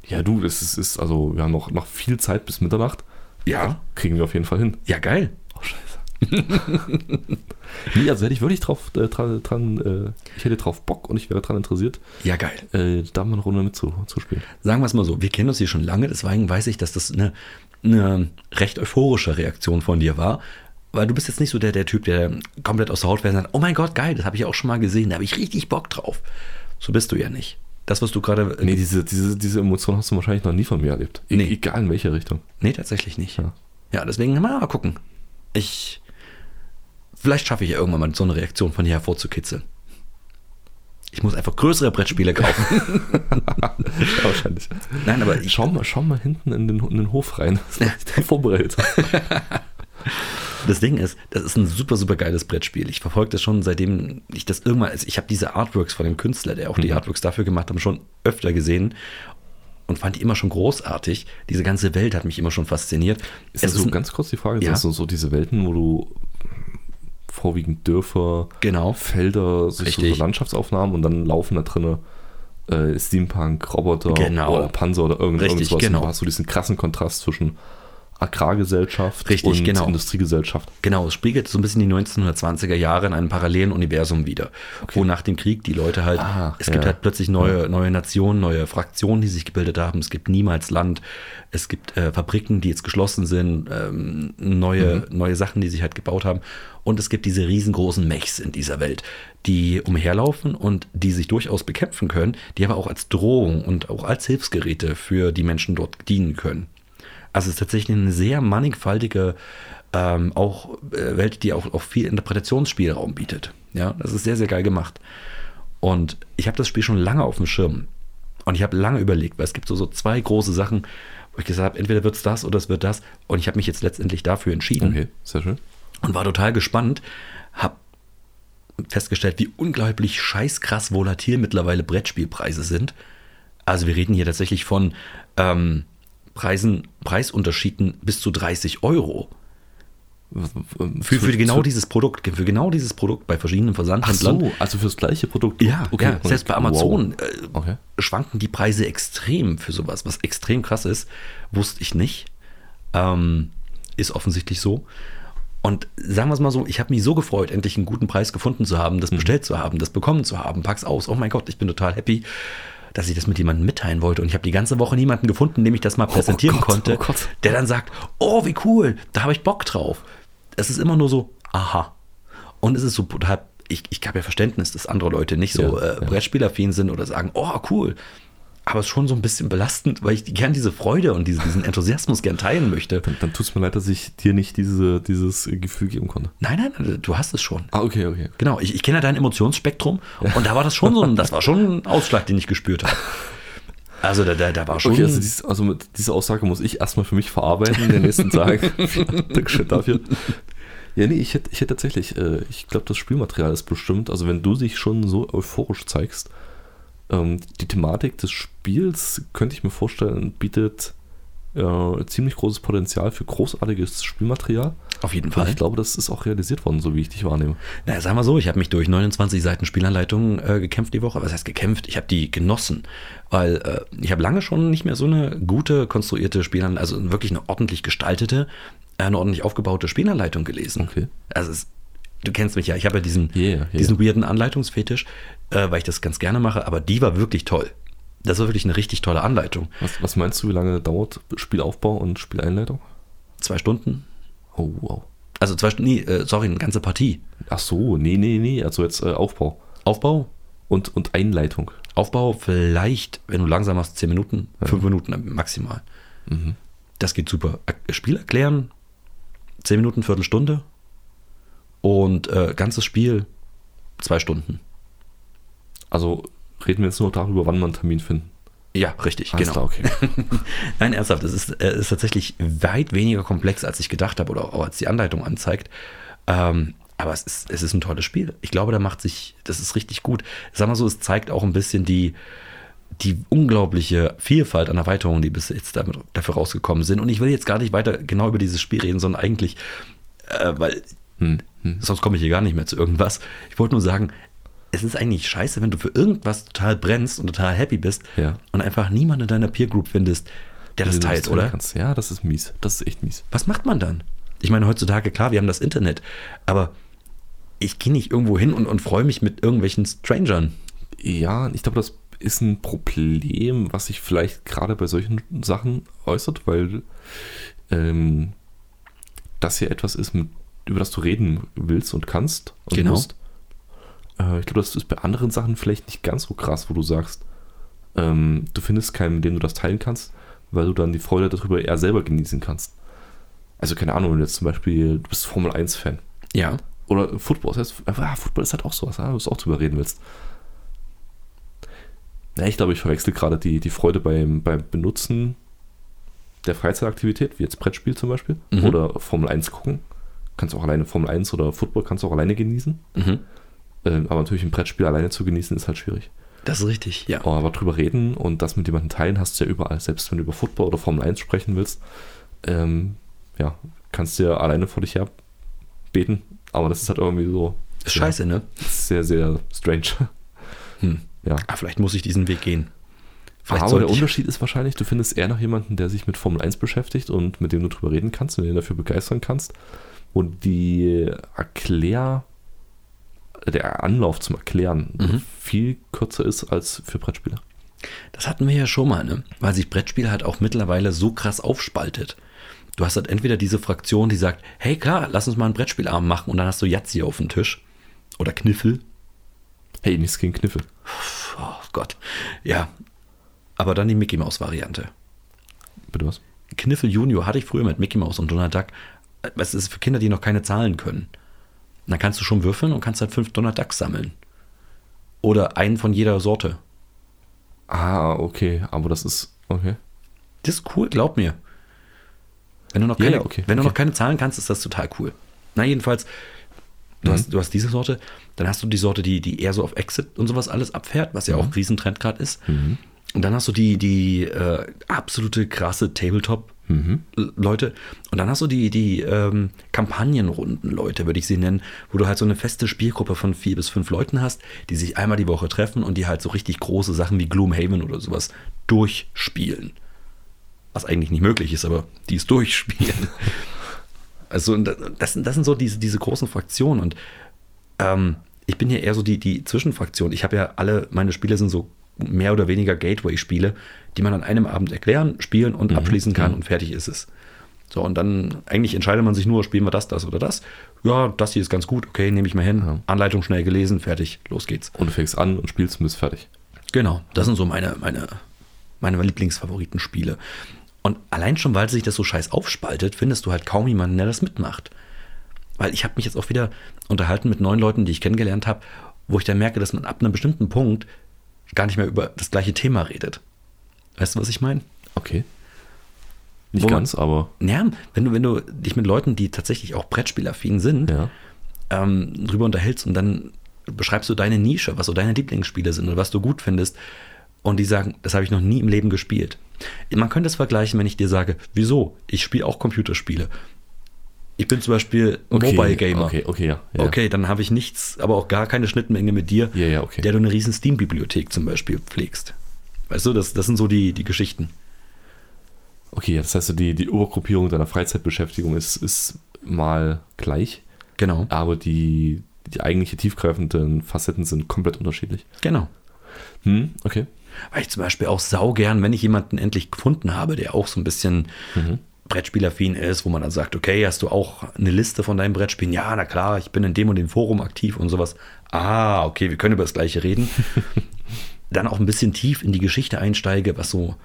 Speaker 2: Ja, du, das ist, ist also, wir haben noch, noch viel Zeit bis Mitternacht.
Speaker 1: Ja.
Speaker 2: Kriegen wir auf jeden Fall hin.
Speaker 1: Ja, geil.
Speaker 2: Oh, scheiße. nee, also hätte ich wirklich drauf, äh, dran, dran äh, ich hätte drauf Bock und ich wäre dran interessiert,
Speaker 1: Ja, geil.
Speaker 2: äh, da mal eine Runde mit zu, zu spielen.
Speaker 1: sagen wir es mal so, wir kennen uns hier schon lange, deswegen weiß ich, dass das eine, eine recht euphorische Reaktion von dir war. Weil du bist jetzt nicht so der, der Typ, der komplett aus der Haut fällt und sagt, oh mein Gott, geil, das habe ich auch schon mal gesehen, da habe ich richtig Bock drauf. So bist du ja nicht. Das, was du gerade.
Speaker 2: Nee,
Speaker 1: Nee.
Speaker 2: diese, diese, diese Emotion hast du wahrscheinlich noch nie von mir erlebt. E
Speaker 1: Nee.
Speaker 2: Egal in welche Richtung.
Speaker 1: tatsächlich nicht. Ja,
Speaker 2: Ja.
Speaker 1: deswegen mal, mal gucken. Ich. Vielleicht schaffe ich ja irgendwann mal so eine Reaktion von dir hervorzukitzeln. Ich muss einfach größere Brettspiele kaufen.
Speaker 2: Ja, wahrscheinlich.
Speaker 1: Nein, aber ich,
Speaker 2: Schau mal, schau mal hinten in den, in den Hof rein, was ich da vorbereitet habe.
Speaker 1: Das Ding ist, das ist ein super, super geiles Brettspiel. Ich verfolge das schon, seitdem ich das irgendwann, also ich habe diese Artworks von dem Künstler, der auch
Speaker 2: Mhm.
Speaker 1: die Artworks dafür gemacht hat, schon öfter gesehen und fand die immer schon großartig. Diese ganze Welt hat mich immer schon fasziniert.
Speaker 2: Ist
Speaker 1: Es
Speaker 2: das so
Speaker 1: ein-
Speaker 2: Also ganz kurz die Frage?
Speaker 1: Ja.
Speaker 2: Sind das so, so diese Welten, wo du vorwiegend Dörfer,
Speaker 1: Genau.
Speaker 2: Felder, so, so
Speaker 1: Richtig.
Speaker 2: Landschaftsaufnahmen und dann laufen da drinnen äh, Steampunk, Roboter
Speaker 1: Genau.
Speaker 2: oder Panzer oder irgend,
Speaker 1: Richtig,
Speaker 2: irgendwas. Und
Speaker 1: genau.
Speaker 2: Du hast so diesen krassen Kontrast zwischen Agrargesellschaft
Speaker 1: Richtig,
Speaker 2: und
Speaker 1: genau.
Speaker 2: Industriegesellschaft.
Speaker 1: Genau, es spiegelt so ein bisschen die 1920er Jahre in einem parallelen Universum wieder, wo nach dem Krieg die Leute halt,
Speaker 2: Ah,
Speaker 1: es gibt
Speaker 2: ja.
Speaker 1: halt plötzlich neue, neue Nationen, neue Fraktionen, die sich gebildet haben, es gibt niemals Land, es gibt äh, Fabriken, die jetzt geschlossen sind, ähm, neue,
Speaker 2: Mhm.
Speaker 1: neue Sachen, die sich halt gebaut haben und es gibt diese riesengroßen Mechs in dieser Welt, die umherlaufen und die sich durchaus bekämpfen können, die aber auch als Drohung und auch als Hilfsgeräte für die Menschen dort dienen können. Also es ist tatsächlich eine sehr mannigfaltige ähm, auch äh, Welt, die auch, auch viel Interpretationsspielraum bietet. Ja, das ist sehr, sehr geil gemacht. Und ich habe das Spiel schon lange auf dem Schirm. Und ich habe lange überlegt, weil es gibt so, so zwei große Sachen, wo ich gesagt habe, entweder wird es das oder es wird das. Und ich habe mich jetzt letztendlich dafür entschieden
Speaker 2: Okay, sehr schön.
Speaker 1: und war total gespannt. Hab festgestellt, wie unglaublich scheißkrass volatil mittlerweile Brettspielpreise sind. Also wir reden hier tatsächlich von ähm, Preisen, Preisunterschieden bis zu 30 Euro für, für genau dieses Produkt, für genau dieses Produkt bei verschiedenen
Speaker 2: Ach
Speaker 1: Versandhändlern.
Speaker 2: so, also fürs gleiche Produkt.
Speaker 1: Ja, ja, selbst bei
Speaker 2: Wow.
Speaker 1: Amazon äh,
Speaker 2: Okay.
Speaker 1: schwanken die Preise extrem für sowas, was extrem krass ist. Wusste ich nicht. Ähm, ist offensichtlich so. Und sagen wir es mal so, ich habe mich so gefreut, endlich einen guten Preis gefunden zu haben, das
Speaker 2: Mhm.
Speaker 1: bestellt zu haben, das bekommen zu haben. Pack's aus. Oh mein Gott, ich bin total happy, dass ich das mit jemandem mitteilen wollte. Und ich habe die ganze Woche niemanden gefunden, dem ich das mal präsentieren
Speaker 2: Gott,
Speaker 1: konnte,
Speaker 2: oh Gott.
Speaker 1: der dann sagt, oh, wie cool, da habe ich Bock drauf. Es ist immer nur so, aha. Und es ist so brutal, ich, ich habe ja Verständnis, dass andere Leute nicht so äh,
Speaker 2: Ja, ja.
Speaker 1: Brettspielaffin sind oder sagen, oh, cool. Aber es ist schon so ein bisschen belastend, weil ich gern diese Freude und diesen, diesen Enthusiasmus gern teilen möchte.
Speaker 2: Dann, dann tut es mir leid, dass ich dir nicht diese, dieses Gefühl geben konnte.
Speaker 1: Nein, nein, nein, du hast es schon.
Speaker 2: Ah, okay, okay.
Speaker 1: Genau, ich, ich kenne ja dein Emotionsspektrum und da war das schon so ein, das war schon ein Ausschlag, den ich gespürt habe. Also da, da, da war schon.
Speaker 2: Okay, also, dies, also mit dieser Aussage muss ich erstmal für mich verarbeiten in den nächsten Tagen. Vielen Dankeschön dafür. Ja, nee, ich hätte ich hätt tatsächlich, äh, ich glaube, das Spielmaterial ist bestimmt, also wenn du dich schon so euphorisch zeigst, ähm, die Thematik des Spiels, könnte ich mir vorstellen, bietet äh, ziemlich großes Potenzial für großartiges Spielmaterial.
Speaker 1: auf jeden
Speaker 2: Und
Speaker 1: Fall.
Speaker 2: ich glaube, das ist auch realisiert worden, so wie ich dich wahrnehme.
Speaker 1: Na, sagen wir so, ich habe mich durch 29 Seiten Spielanleitung äh, gekämpft die Woche. Was heißt gekämpft? Ich habe die genossen, weil äh, ich habe lange schon nicht mehr so eine gute konstruierte Spielanleitung, also wirklich eine ordentlich gestaltete, äh, eine ordentlich aufgebaute Spielanleitung gelesen.
Speaker 2: Okay.
Speaker 1: Also es, du kennst mich ja, ich habe ja diesen,
Speaker 2: Ja, ja, ja.
Speaker 1: diesen weirden Anleitungsfetisch, äh, weil ich das ganz gerne mache, aber die war wirklich toll. Das war wirklich eine richtig tolle Anleitung.
Speaker 2: Was, was meinst du, wie lange dauert Spielaufbau und Spieleinleitung?
Speaker 1: Zwei Stunden.
Speaker 2: Oh, wow.
Speaker 1: Also zwei Stunden, nee, äh, sorry, eine ganze Partie.
Speaker 2: Ach so, nee, nee, nee, also jetzt äh, Aufbau.
Speaker 1: Aufbau,
Speaker 2: Und, und Einleitung.
Speaker 1: Aufbau vielleicht, wenn du langsam machst, 10 Minuten, 5 Minuten maximal.
Speaker 2: Mhm.
Speaker 1: Das geht super. Er- Spiel erklären, 10 Minuten, Viertelstunde und äh, ganzes Spiel, zwei Stunden.
Speaker 2: Also reden wir jetzt nur darüber, wann wir einen Termin finden.
Speaker 1: Ja, richtig,
Speaker 2: Alles
Speaker 1: genau.
Speaker 2: klar, okay.
Speaker 1: Nein, ernsthaft, es ist, äh, ist tatsächlich weit weniger komplex, als ich gedacht habe oder auch als die Anleitung anzeigt. Ähm, aber es ist, es ist ein tolles Spiel. Ich glaube, da macht sich, das ist richtig gut. Sag mal so, es zeigt auch ein bisschen die, die unglaubliche Vielfalt an Erweiterungen, die bis jetzt damit, dafür rausgekommen sind. Und ich will jetzt gar nicht weiter genau über dieses Spiel reden, sondern eigentlich, äh, weil
Speaker 2: Hm, hm.
Speaker 1: sonst komme ich hier gar nicht mehr zu irgendwas. Ich wollte nur sagen, es ist eigentlich scheiße, wenn du für irgendwas total brennst und total happy bist
Speaker 2: Ja.
Speaker 1: und einfach niemanden in deiner Peer Group findest, der das
Speaker 2: Wenn du
Speaker 1: teilt,
Speaker 2: teilen
Speaker 1: oder?
Speaker 2: Kannst. Ja, das ist mies. Das ist echt mies.
Speaker 1: Was macht man dann? Ich meine, heutzutage, klar, wir haben das Internet, aber ich gehe nicht irgendwo hin und, und freue mich mit irgendwelchen Strangern.
Speaker 2: Ja, ich glaube, das ist ein Problem, was sich vielleicht gerade bei solchen Sachen äußert, weil ähm, das hier etwas ist, mit, über das du reden willst und kannst und
Speaker 1: Genau.
Speaker 2: Äh, ich glaube, das ist bei anderen Sachen vielleicht nicht ganz so krass, wo du sagst, ähm, du findest keinen, mit dem du das teilen kannst, weil du dann die Freude darüber eher selber genießen kannst. Also keine Ahnung, wenn du jetzt zum Beispiel, du bist Formel 1-Fan
Speaker 1: Ja.
Speaker 2: oder Football, das heißt, ah, Football ist halt auch sowas, ah, wo du auch drüber reden willst. Ja, ich glaube, ich verwechsel gerade die, die Freude beim, beim Benutzen der Freizeitaktivität, wie jetzt Brettspiel zum Beispiel,
Speaker 1: Mhm.
Speaker 2: oder Formel 1 gucken. Kannst du auch alleine Formel 1 oder Football kannst du auch alleine genießen.
Speaker 1: Mhm.
Speaker 2: Ähm, aber natürlich ein Brettspiel alleine zu genießen ist halt schwierig.
Speaker 1: Das ist richtig, ja.
Speaker 2: Aber drüber reden und das mit jemandem teilen hast du ja überall. Selbst wenn du über Football oder Formel 1 sprechen willst, ähm, ja, kannst du ja alleine vor dich her beten. Aber das ist halt irgendwie so
Speaker 1: Ist scheiße, ne?
Speaker 2: sehr, sehr strange.
Speaker 1: Hm.
Speaker 2: Ja.
Speaker 1: Ah, vielleicht muss ich diesen Weg gehen. Vielleicht
Speaker 2: aber der
Speaker 1: sollte ich-
Speaker 2: Unterschied ist wahrscheinlich, du findest eher noch jemanden, der sich mit Formel 1 beschäftigt und mit dem du drüber reden kannst und den dafür begeistern kannst. Und die Erklär, der Anlauf zum Erklären
Speaker 1: Mhm.
Speaker 2: viel kürzer ist als für Brettspieler.
Speaker 1: Das hatten wir ja schon mal, ne? Weil sich Brettspiel halt auch mittlerweile so krass aufspaltet. Du hast halt entweder diese Fraktion, die sagt, hey klar, lass uns mal einen Brettspielarm machen und dann hast du Jazzi auf dem Tisch. Oder Kniffel.
Speaker 2: Hey, nichts gegen Kniffel.
Speaker 1: Oh Gott. Ja. Aber dann die Mickey Mouse Variante.
Speaker 2: Bitte was?
Speaker 1: Kniffel Junior hatte ich früher mit Mickey Mouse und Donald Duck. Es ist für Kinder, die noch keine Zahlen können. Und dann kannst du schon würfeln und kannst halt fünf Donald Ducks sammeln. Oder einen von jeder Sorte.
Speaker 2: Ah, okay, aber das ist. Okay.
Speaker 1: Das ist cool, glaub mir. Wenn du noch
Speaker 2: Ja,
Speaker 1: keine,
Speaker 2: ja, okay,
Speaker 1: wenn du
Speaker 2: okay.
Speaker 1: noch keine Zahlen kannst, ist das total cool. Na, jedenfalls, du,
Speaker 2: Mhm.
Speaker 1: hast, du hast diese Sorte, dann hast du die Sorte, die, die eher so auf Exit und sowas alles abfährt, was
Speaker 2: Mhm.
Speaker 1: ja auch ein Riesentrend gerade ist. Und dann hast du die, die äh, absolute krasse Tabletop-Leute.
Speaker 2: Mhm.
Speaker 1: Und dann hast du die, die ähm, Kampagnenrunden-Leute, würde ich sie nennen, wo du halt so eine feste Spielgruppe von vier bis fünf Leuten hast, die sich einmal die Woche treffen und die halt so richtig große Sachen wie Gloomhaven oder sowas durchspielen was eigentlich nicht möglich ist, aber die es durchspielen. Also und das, sind- das sind so diese, diese großen Fraktionen und ähm, ich bin ja eher so die, die Zwischenfraktion. Ich habe ja alle, meine Spiele sind so mehr oder weniger Gateway-Spiele, die man an einem Abend erklären, spielen und abschließen kann und fertig ist es. So, und dann eigentlich entscheidet man sich nur, spielen wir das, das oder das. Ja, das hier ist ganz gut, okay, nehme ich mal hin. Anleitung schnell gelesen, fertig, los geht's.
Speaker 2: Und du fängst an und spielst und bist fertig.
Speaker 1: Genau, das sind so meine, meine, meine Lieblingsfavoritenspiele. Und allein schon, weil sich das so scheiß aufspaltet, findest du halt kaum jemanden, der das mitmacht. Weil ich habe mich jetzt auch wieder unterhalten mit neuen Leuten, die ich kennengelernt habe, wo ich dann merke, dass man ab einem bestimmten Punkt gar nicht mehr über das gleiche Thema redet. Weißt du, was ich meine?
Speaker 2: Okay. Nicht
Speaker 1: Wo man-
Speaker 2: ganz, aber.
Speaker 1: Ja, wenn du, wenn du dich mit Leuten, die tatsächlich auch Brettspielaffin sind,
Speaker 2: Ja.
Speaker 1: ähm, drüber unterhältst und dann beschreibst du deine Nische, was so deine Lieblingsspiele sind oder was du gut findest. Und die sagen, das habe ich noch nie im Leben gespielt. Man könnte es vergleichen, wenn ich dir sage, wieso? Ich spiele auch Computerspiele. Ich bin zum Beispiel Mobile Gamer.
Speaker 2: Okay, okay, ja. ja.
Speaker 1: Okay, dann habe ich nichts, aber auch gar keine Schnittmenge mit dir,
Speaker 2: Ja, ja, okay.
Speaker 1: der du eine riesen Steam-Bibliothek zum Beispiel pflegst. Weißt du, das, das sind so die, die Geschichten.
Speaker 2: Okay, ja, das heißt, die, die Obergruppierung deiner Freizeitbeschäftigung ist, ist mal gleich,
Speaker 1: Genau.
Speaker 2: aber die, die eigentliche tiefgreifenden Facetten sind komplett unterschiedlich.
Speaker 1: Genau.
Speaker 2: Hm, okay.
Speaker 1: Weil ich zum Beispiel auch saugern, wenn ich jemanden endlich gefunden habe, der auch so ein bisschen
Speaker 2: Mhm.
Speaker 1: Brettspielaffin ist, wo man dann sagt, okay, hast du auch eine Liste von deinen Brettspielen? Ja, na klar, ich bin in dem und dem Forum aktiv und sowas. Ah, okay, wir können über das Gleiche reden. dann auch ein bisschen tief in die Geschichte einsteige, was so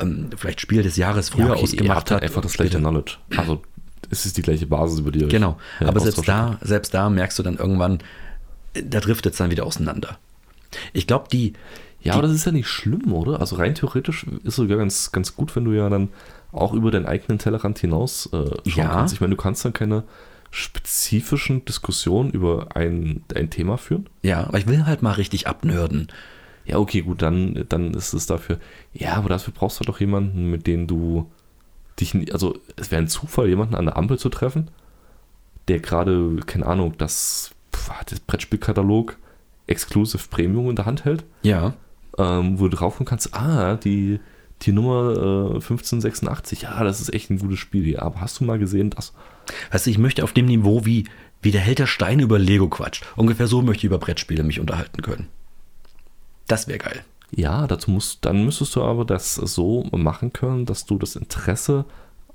Speaker 1: ähm, vielleicht Spiel des Jahres früher
Speaker 2: Ja, okay, ihr
Speaker 1: ausgemacht
Speaker 2: habt halt
Speaker 1: hat.
Speaker 2: Einfach das gleiche Knowledge. Also es ist die gleiche Basis, über die ihr euch,
Speaker 1: Genau.
Speaker 2: ja,
Speaker 1: Aber selbst
Speaker 2: austauscht.
Speaker 1: da, selbst da merkst du dann irgendwann, äh, da driftet es dann wieder auseinander. Ich glaube, die,
Speaker 2: Ja, aber das ist ja nicht schlimm, oder? Also rein theoretisch ist sogar ganz, ganz gut, wenn du ja dann auch über deinen eigenen Tellerrand hinaus äh, schauen
Speaker 1: Ja.
Speaker 2: kannst. Ich meine, du kannst dann keine spezifischen Diskussionen über ein, ein Thema führen.
Speaker 1: ja, aber ich will halt mal richtig abnörden.
Speaker 2: Ja, okay, gut, dann, dann ist es dafür. Ja, aber dafür brauchst du doch jemanden, mit dem du dich nie- Also, es wäre ein Zufall, jemanden an der Ampel zu treffen, der gerade, keine Ahnung, das, pf, das Brettspielkatalog Exclusive Premium in der Hand hält,
Speaker 1: Ja.
Speaker 2: ähm, wo du drauf kommen kannst, ah, die, die Nummer äh, 1586, ja, das ist echt ein gutes Spiel hier, aber hast du mal gesehen, das?
Speaker 1: Weißt du, ich möchte auf dem Niveau wie, wie der Held der Steine über Lego quatscht. Ungefähr so möchte ich über Brettspiele mich unterhalten können. Das wäre geil.
Speaker 2: Ja, dazu musst, dann müsstest du aber das so machen können, dass du das Interesse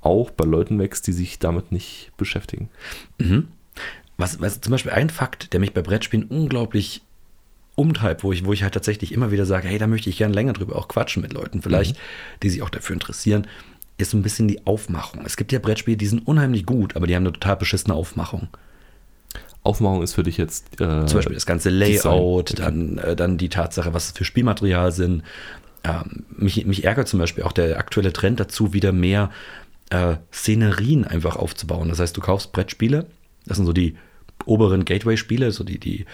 Speaker 2: auch bei Leuten wächst, die sich damit nicht beschäftigen.
Speaker 1: Was, was zum Beispiel ein Fakt, der mich bei Brettspielen unglaublich umtreibt, wo ich, wo ich halt tatsächlich immer wieder sage, hey, da möchte ich gerne länger drüber auch quatschen mit Leuten, vielleicht, die sich auch dafür interessieren, ist so ein bisschen die Aufmachung. Es gibt ja Brettspiele, die sind unheimlich gut, aber die haben eine total beschissene Aufmachung.
Speaker 2: Aufmachung ist für dich jetzt. Äh,
Speaker 1: Zum Beispiel das ganze Layout, dann, äh, dann die Tatsache, was es für Spielmaterial sind. Ähm, mich, mich ärgert zum Beispiel auch der aktuelle Trend dazu, wieder mehr äh, Szenerien einfach aufzubauen. Das heißt, du kaufst Brettspiele, das sind so die oberen Gateway-Spiele, so die, die,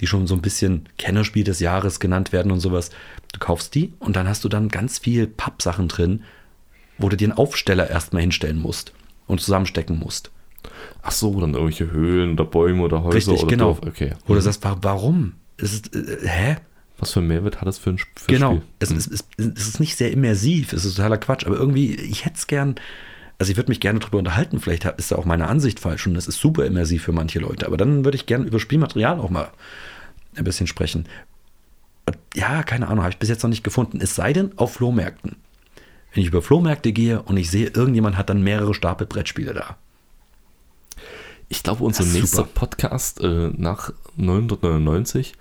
Speaker 1: die schon so ein bisschen Kennerspiel des Jahres genannt werden und sowas. Du kaufst die und dann hast du dann ganz viel Pappsachen drin, wo du dir einen Aufsteller erstmal hinstellen musst und zusammenstecken musst.
Speaker 2: Ach so, dann irgendwelche Höhlen oder Bäume oder Häuser
Speaker 1: Richtig,
Speaker 2: oder
Speaker 1: genau.
Speaker 2: Dorf. Okay.
Speaker 1: Oder du sagst, wa- warum? Es ist, äh, hä?
Speaker 2: Was für einen Mehrwert hat das für ein Sp- für
Speaker 1: Genau.
Speaker 2: Spiel?
Speaker 1: Es, es, es, es ist nicht sehr immersiv, es ist totaler Quatsch, aber irgendwie, ich hätte es gern, also ich würde mich gerne drüber unterhalten, vielleicht hab- ist da auch meine Ansicht falsch und das ist super immersiv für manche Leute, aber dann würde ich gerne über Spielmaterial auch mal ein bisschen sprechen. Und Ja, keine Ahnung, habe ich bis jetzt noch nicht gefunden, es sei denn auf Flohmärkten. Wenn ich über Flohmärkte gehe und ich sehe, irgendjemand hat dann mehrere Stapel Brettspiele da.
Speaker 2: Ich glaube, unser
Speaker 1: Das ist
Speaker 2: nächster
Speaker 1: super.
Speaker 2: Podcast äh, nach 999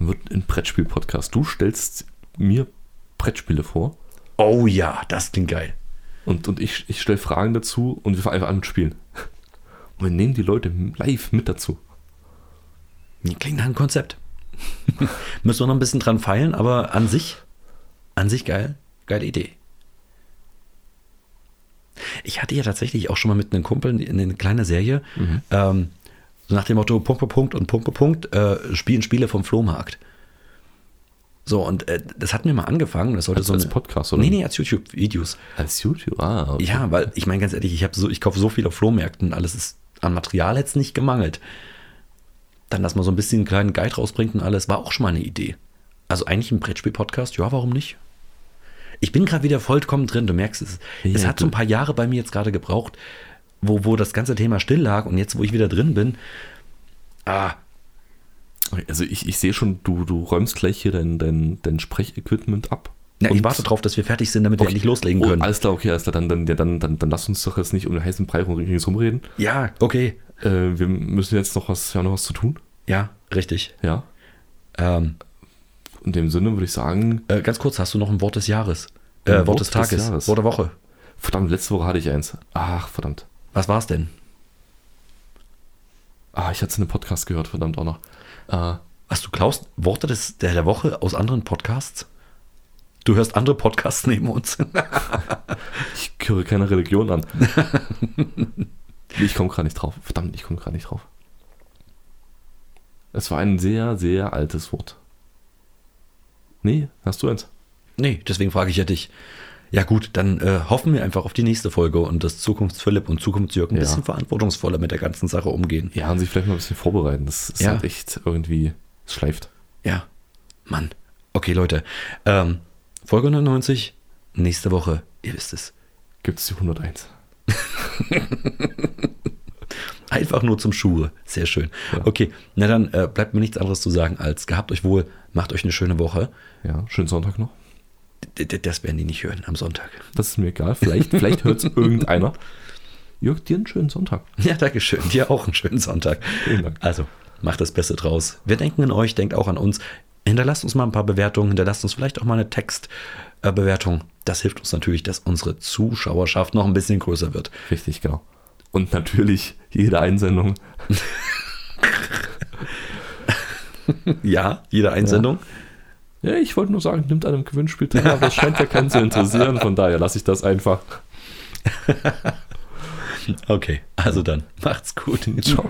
Speaker 2: wird ein Brettspiel-Podcast. Du stellst mir Brettspiele vor
Speaker 1: Oh ja, das klingt geil.
Speaker 2: und, und ich, ich stelle Fragen dazu und wir fangen einfach an mit Spielen. Und wir nehmen die Leute live mit dazu.
Speaker 1: Klingt nach einem Konzept. Müssen wir noch ein bisschen dran feilen, aber an sich, an sich geil, geile Idee. Ich hatte ja tatsächlich auch schon mal mit einem Kumpel in eine kleine Serie,
Speaker 2: Mhm.
Speaker 1: ähm, so nach dem Motto Punkt, Punkt, Punkt und Punkt, Punkt, Punkt, äh, spielen Spiele vom Flohmarkt. So, und äh, das hatten wir mal angefangen. Das sollte
Speaker 2: Als-
Speaker 1: so
Speaker 2: als
Speaker 1: eine-
Speaker 2: Podcast, oder?
Speaker 1: Nee, nee, als YouTube-Videos.
Speaker 2: Als YouTube. Ah, okay.
Speaker 1: Ja, weil ich meine ganz ehrlich, ich habe so, ich kaufe so viel auf Flohmärkten, alles ist an Material jetzt nicht gemangelt. Dann, dass man so ein bisschen einen kleinen Guide rausbringt und alles, war auch schon mal eine Idee. Also eigentlich ein Brettspiel-Podcast, ja, warum nicht? Ich bin gerade wieder vollkommen drin, du merkst es. es
Speaker 2: Ja,
Speaker 1: hat so ein
Speaker 2: gut.
Speaker 1: paar Jahre bei mir jetzt gerade gebraucht, wo, wo das ganze Thema still lag und jetzt, wo ich wieder drin bin, ah,
Speaker 2: Okay, Also ich, ich sehe schon, du, du räumst gleich hier dein, dein, dein Sprechequipment ab.
Speaker 1: na, ich
Speaker 2: Und-
Speaker 1: warte drauf, dass wir fertig sind, damit wir endlich loslegen
Speaker 2: Oh,
Speaker 1: können.
Speaker 2: alles klar, okay, alles klar. Dann, dann, ja, dann, dann, dann lass uns doch jetzt nicht um den heißen Brei rumreden.
Speaker 1: ja, okay.
Speaker 2: Äh, wir müssen jetzt noch was, wir haben noch was zu tun.
Speaker 1: Ja, richtig.
Speaker 2: Ja.
Speaker 1: Ähm,
Speaker 2: In dem Sinne würde ich sagen,
Speaker 1: Äh, ganz kurz, hast du noch ein Wort des Jahres? Äh,
Speaker 2: Ein
Speaker 1: Wort,
Speaker 2: Wort
Speaker 1: des
Speaker 2: des
Speaker 1: Tages,
Speaker 2: Jahres.
Speaker 1: Wort der Woche.
Speaker 2: verdammt, letzte Woche hatte ich eins. Ach, verdammt.
Speaker 1: Was war's denn?
Speaker 2: Ah, ich hatte es in einem Podcast gehört, verdammt auch noch. Äh,
Speaker 1: Was du klaust, Worte des, der, der Woche aus anderen Podcasts? Du hörst andere Podcasts neben uns.
Speaker 2: ich gehöre keiner Religion an. ich komme gerade nicht drauf. Verdammt, ich komme gerade nicht drauf. Es war ein sehr, sehr altes Wort. Nee, hast du eins?
Speaker 1: nee, deswegen frage ich ja dich. Ja gut, dann äh, hoffen wir einfach auf die nächste Folge und dass Zukunftsphilipp und Zukunftsjörg ein
Speaker 2: Ja.
Speaker 1: bisschen verantwortungsvoller mit der ganzen Sache umgehen.
Speaker 2: Ja, und sich vielleicht mal ein bisschen vorbereiten. Das ist
Speaker 1: Ja.
Speaker 2: halt echt irgendwie, es schleift.
Speaker 1: Ja, Mann. Okay, Leute. Ähm, Folge 99, nächste Woche, ihr wisst es.
Speaker 2: Gibt es die 101?
Speaker 1: Einfach nur zum Schuhe. Sehr schön.
Speaker 2: Ja.
Speaker 1: Okay, na dann äh, bleibt mir nichts anderes zu sagen als gehabt euch wohl, macht euch eine schöne Woche.
Speaker 2: Ja, schönen Sonntag noch.
Speaker 1: D d- das werden die nicht hören am Sonntag.
Speaker 2: Das ist mir egal. Vielleicht, vielleicht hört es irgendeiner. Jörg, dir einen schönen Sonntag.
Speaker 1: Ja, Dankeschön. Dir auch einen schönen Sonntag.
Speaker 2: Vielen Dank.
Speaker 1: Also, macht das Beste draus. Wir denken an euch, denkt auch an uns. Hinterlasst uns mal ein paar Bewertungen, hinterlasst uns vielleicht auch mal eine Textbewertung. Das hilft uns natürlich, dass unsere Zuschauerschaft noch ein bisschen größer wird.
Speaker 2: Richtig, genau. Und natürlich jede Einsendung.
Speaker 1: Ja, jede Einsendung.
Speaker 2: Ja, ich wollte nur sagen, nimmt an einem Gewinnspiel teil, aber das scheint ja keinen zu interessieren. Von daher lasse ich das einfach.
Speaker 1: Okay, also dann, macht's gut.
Speaker 2: Ciao.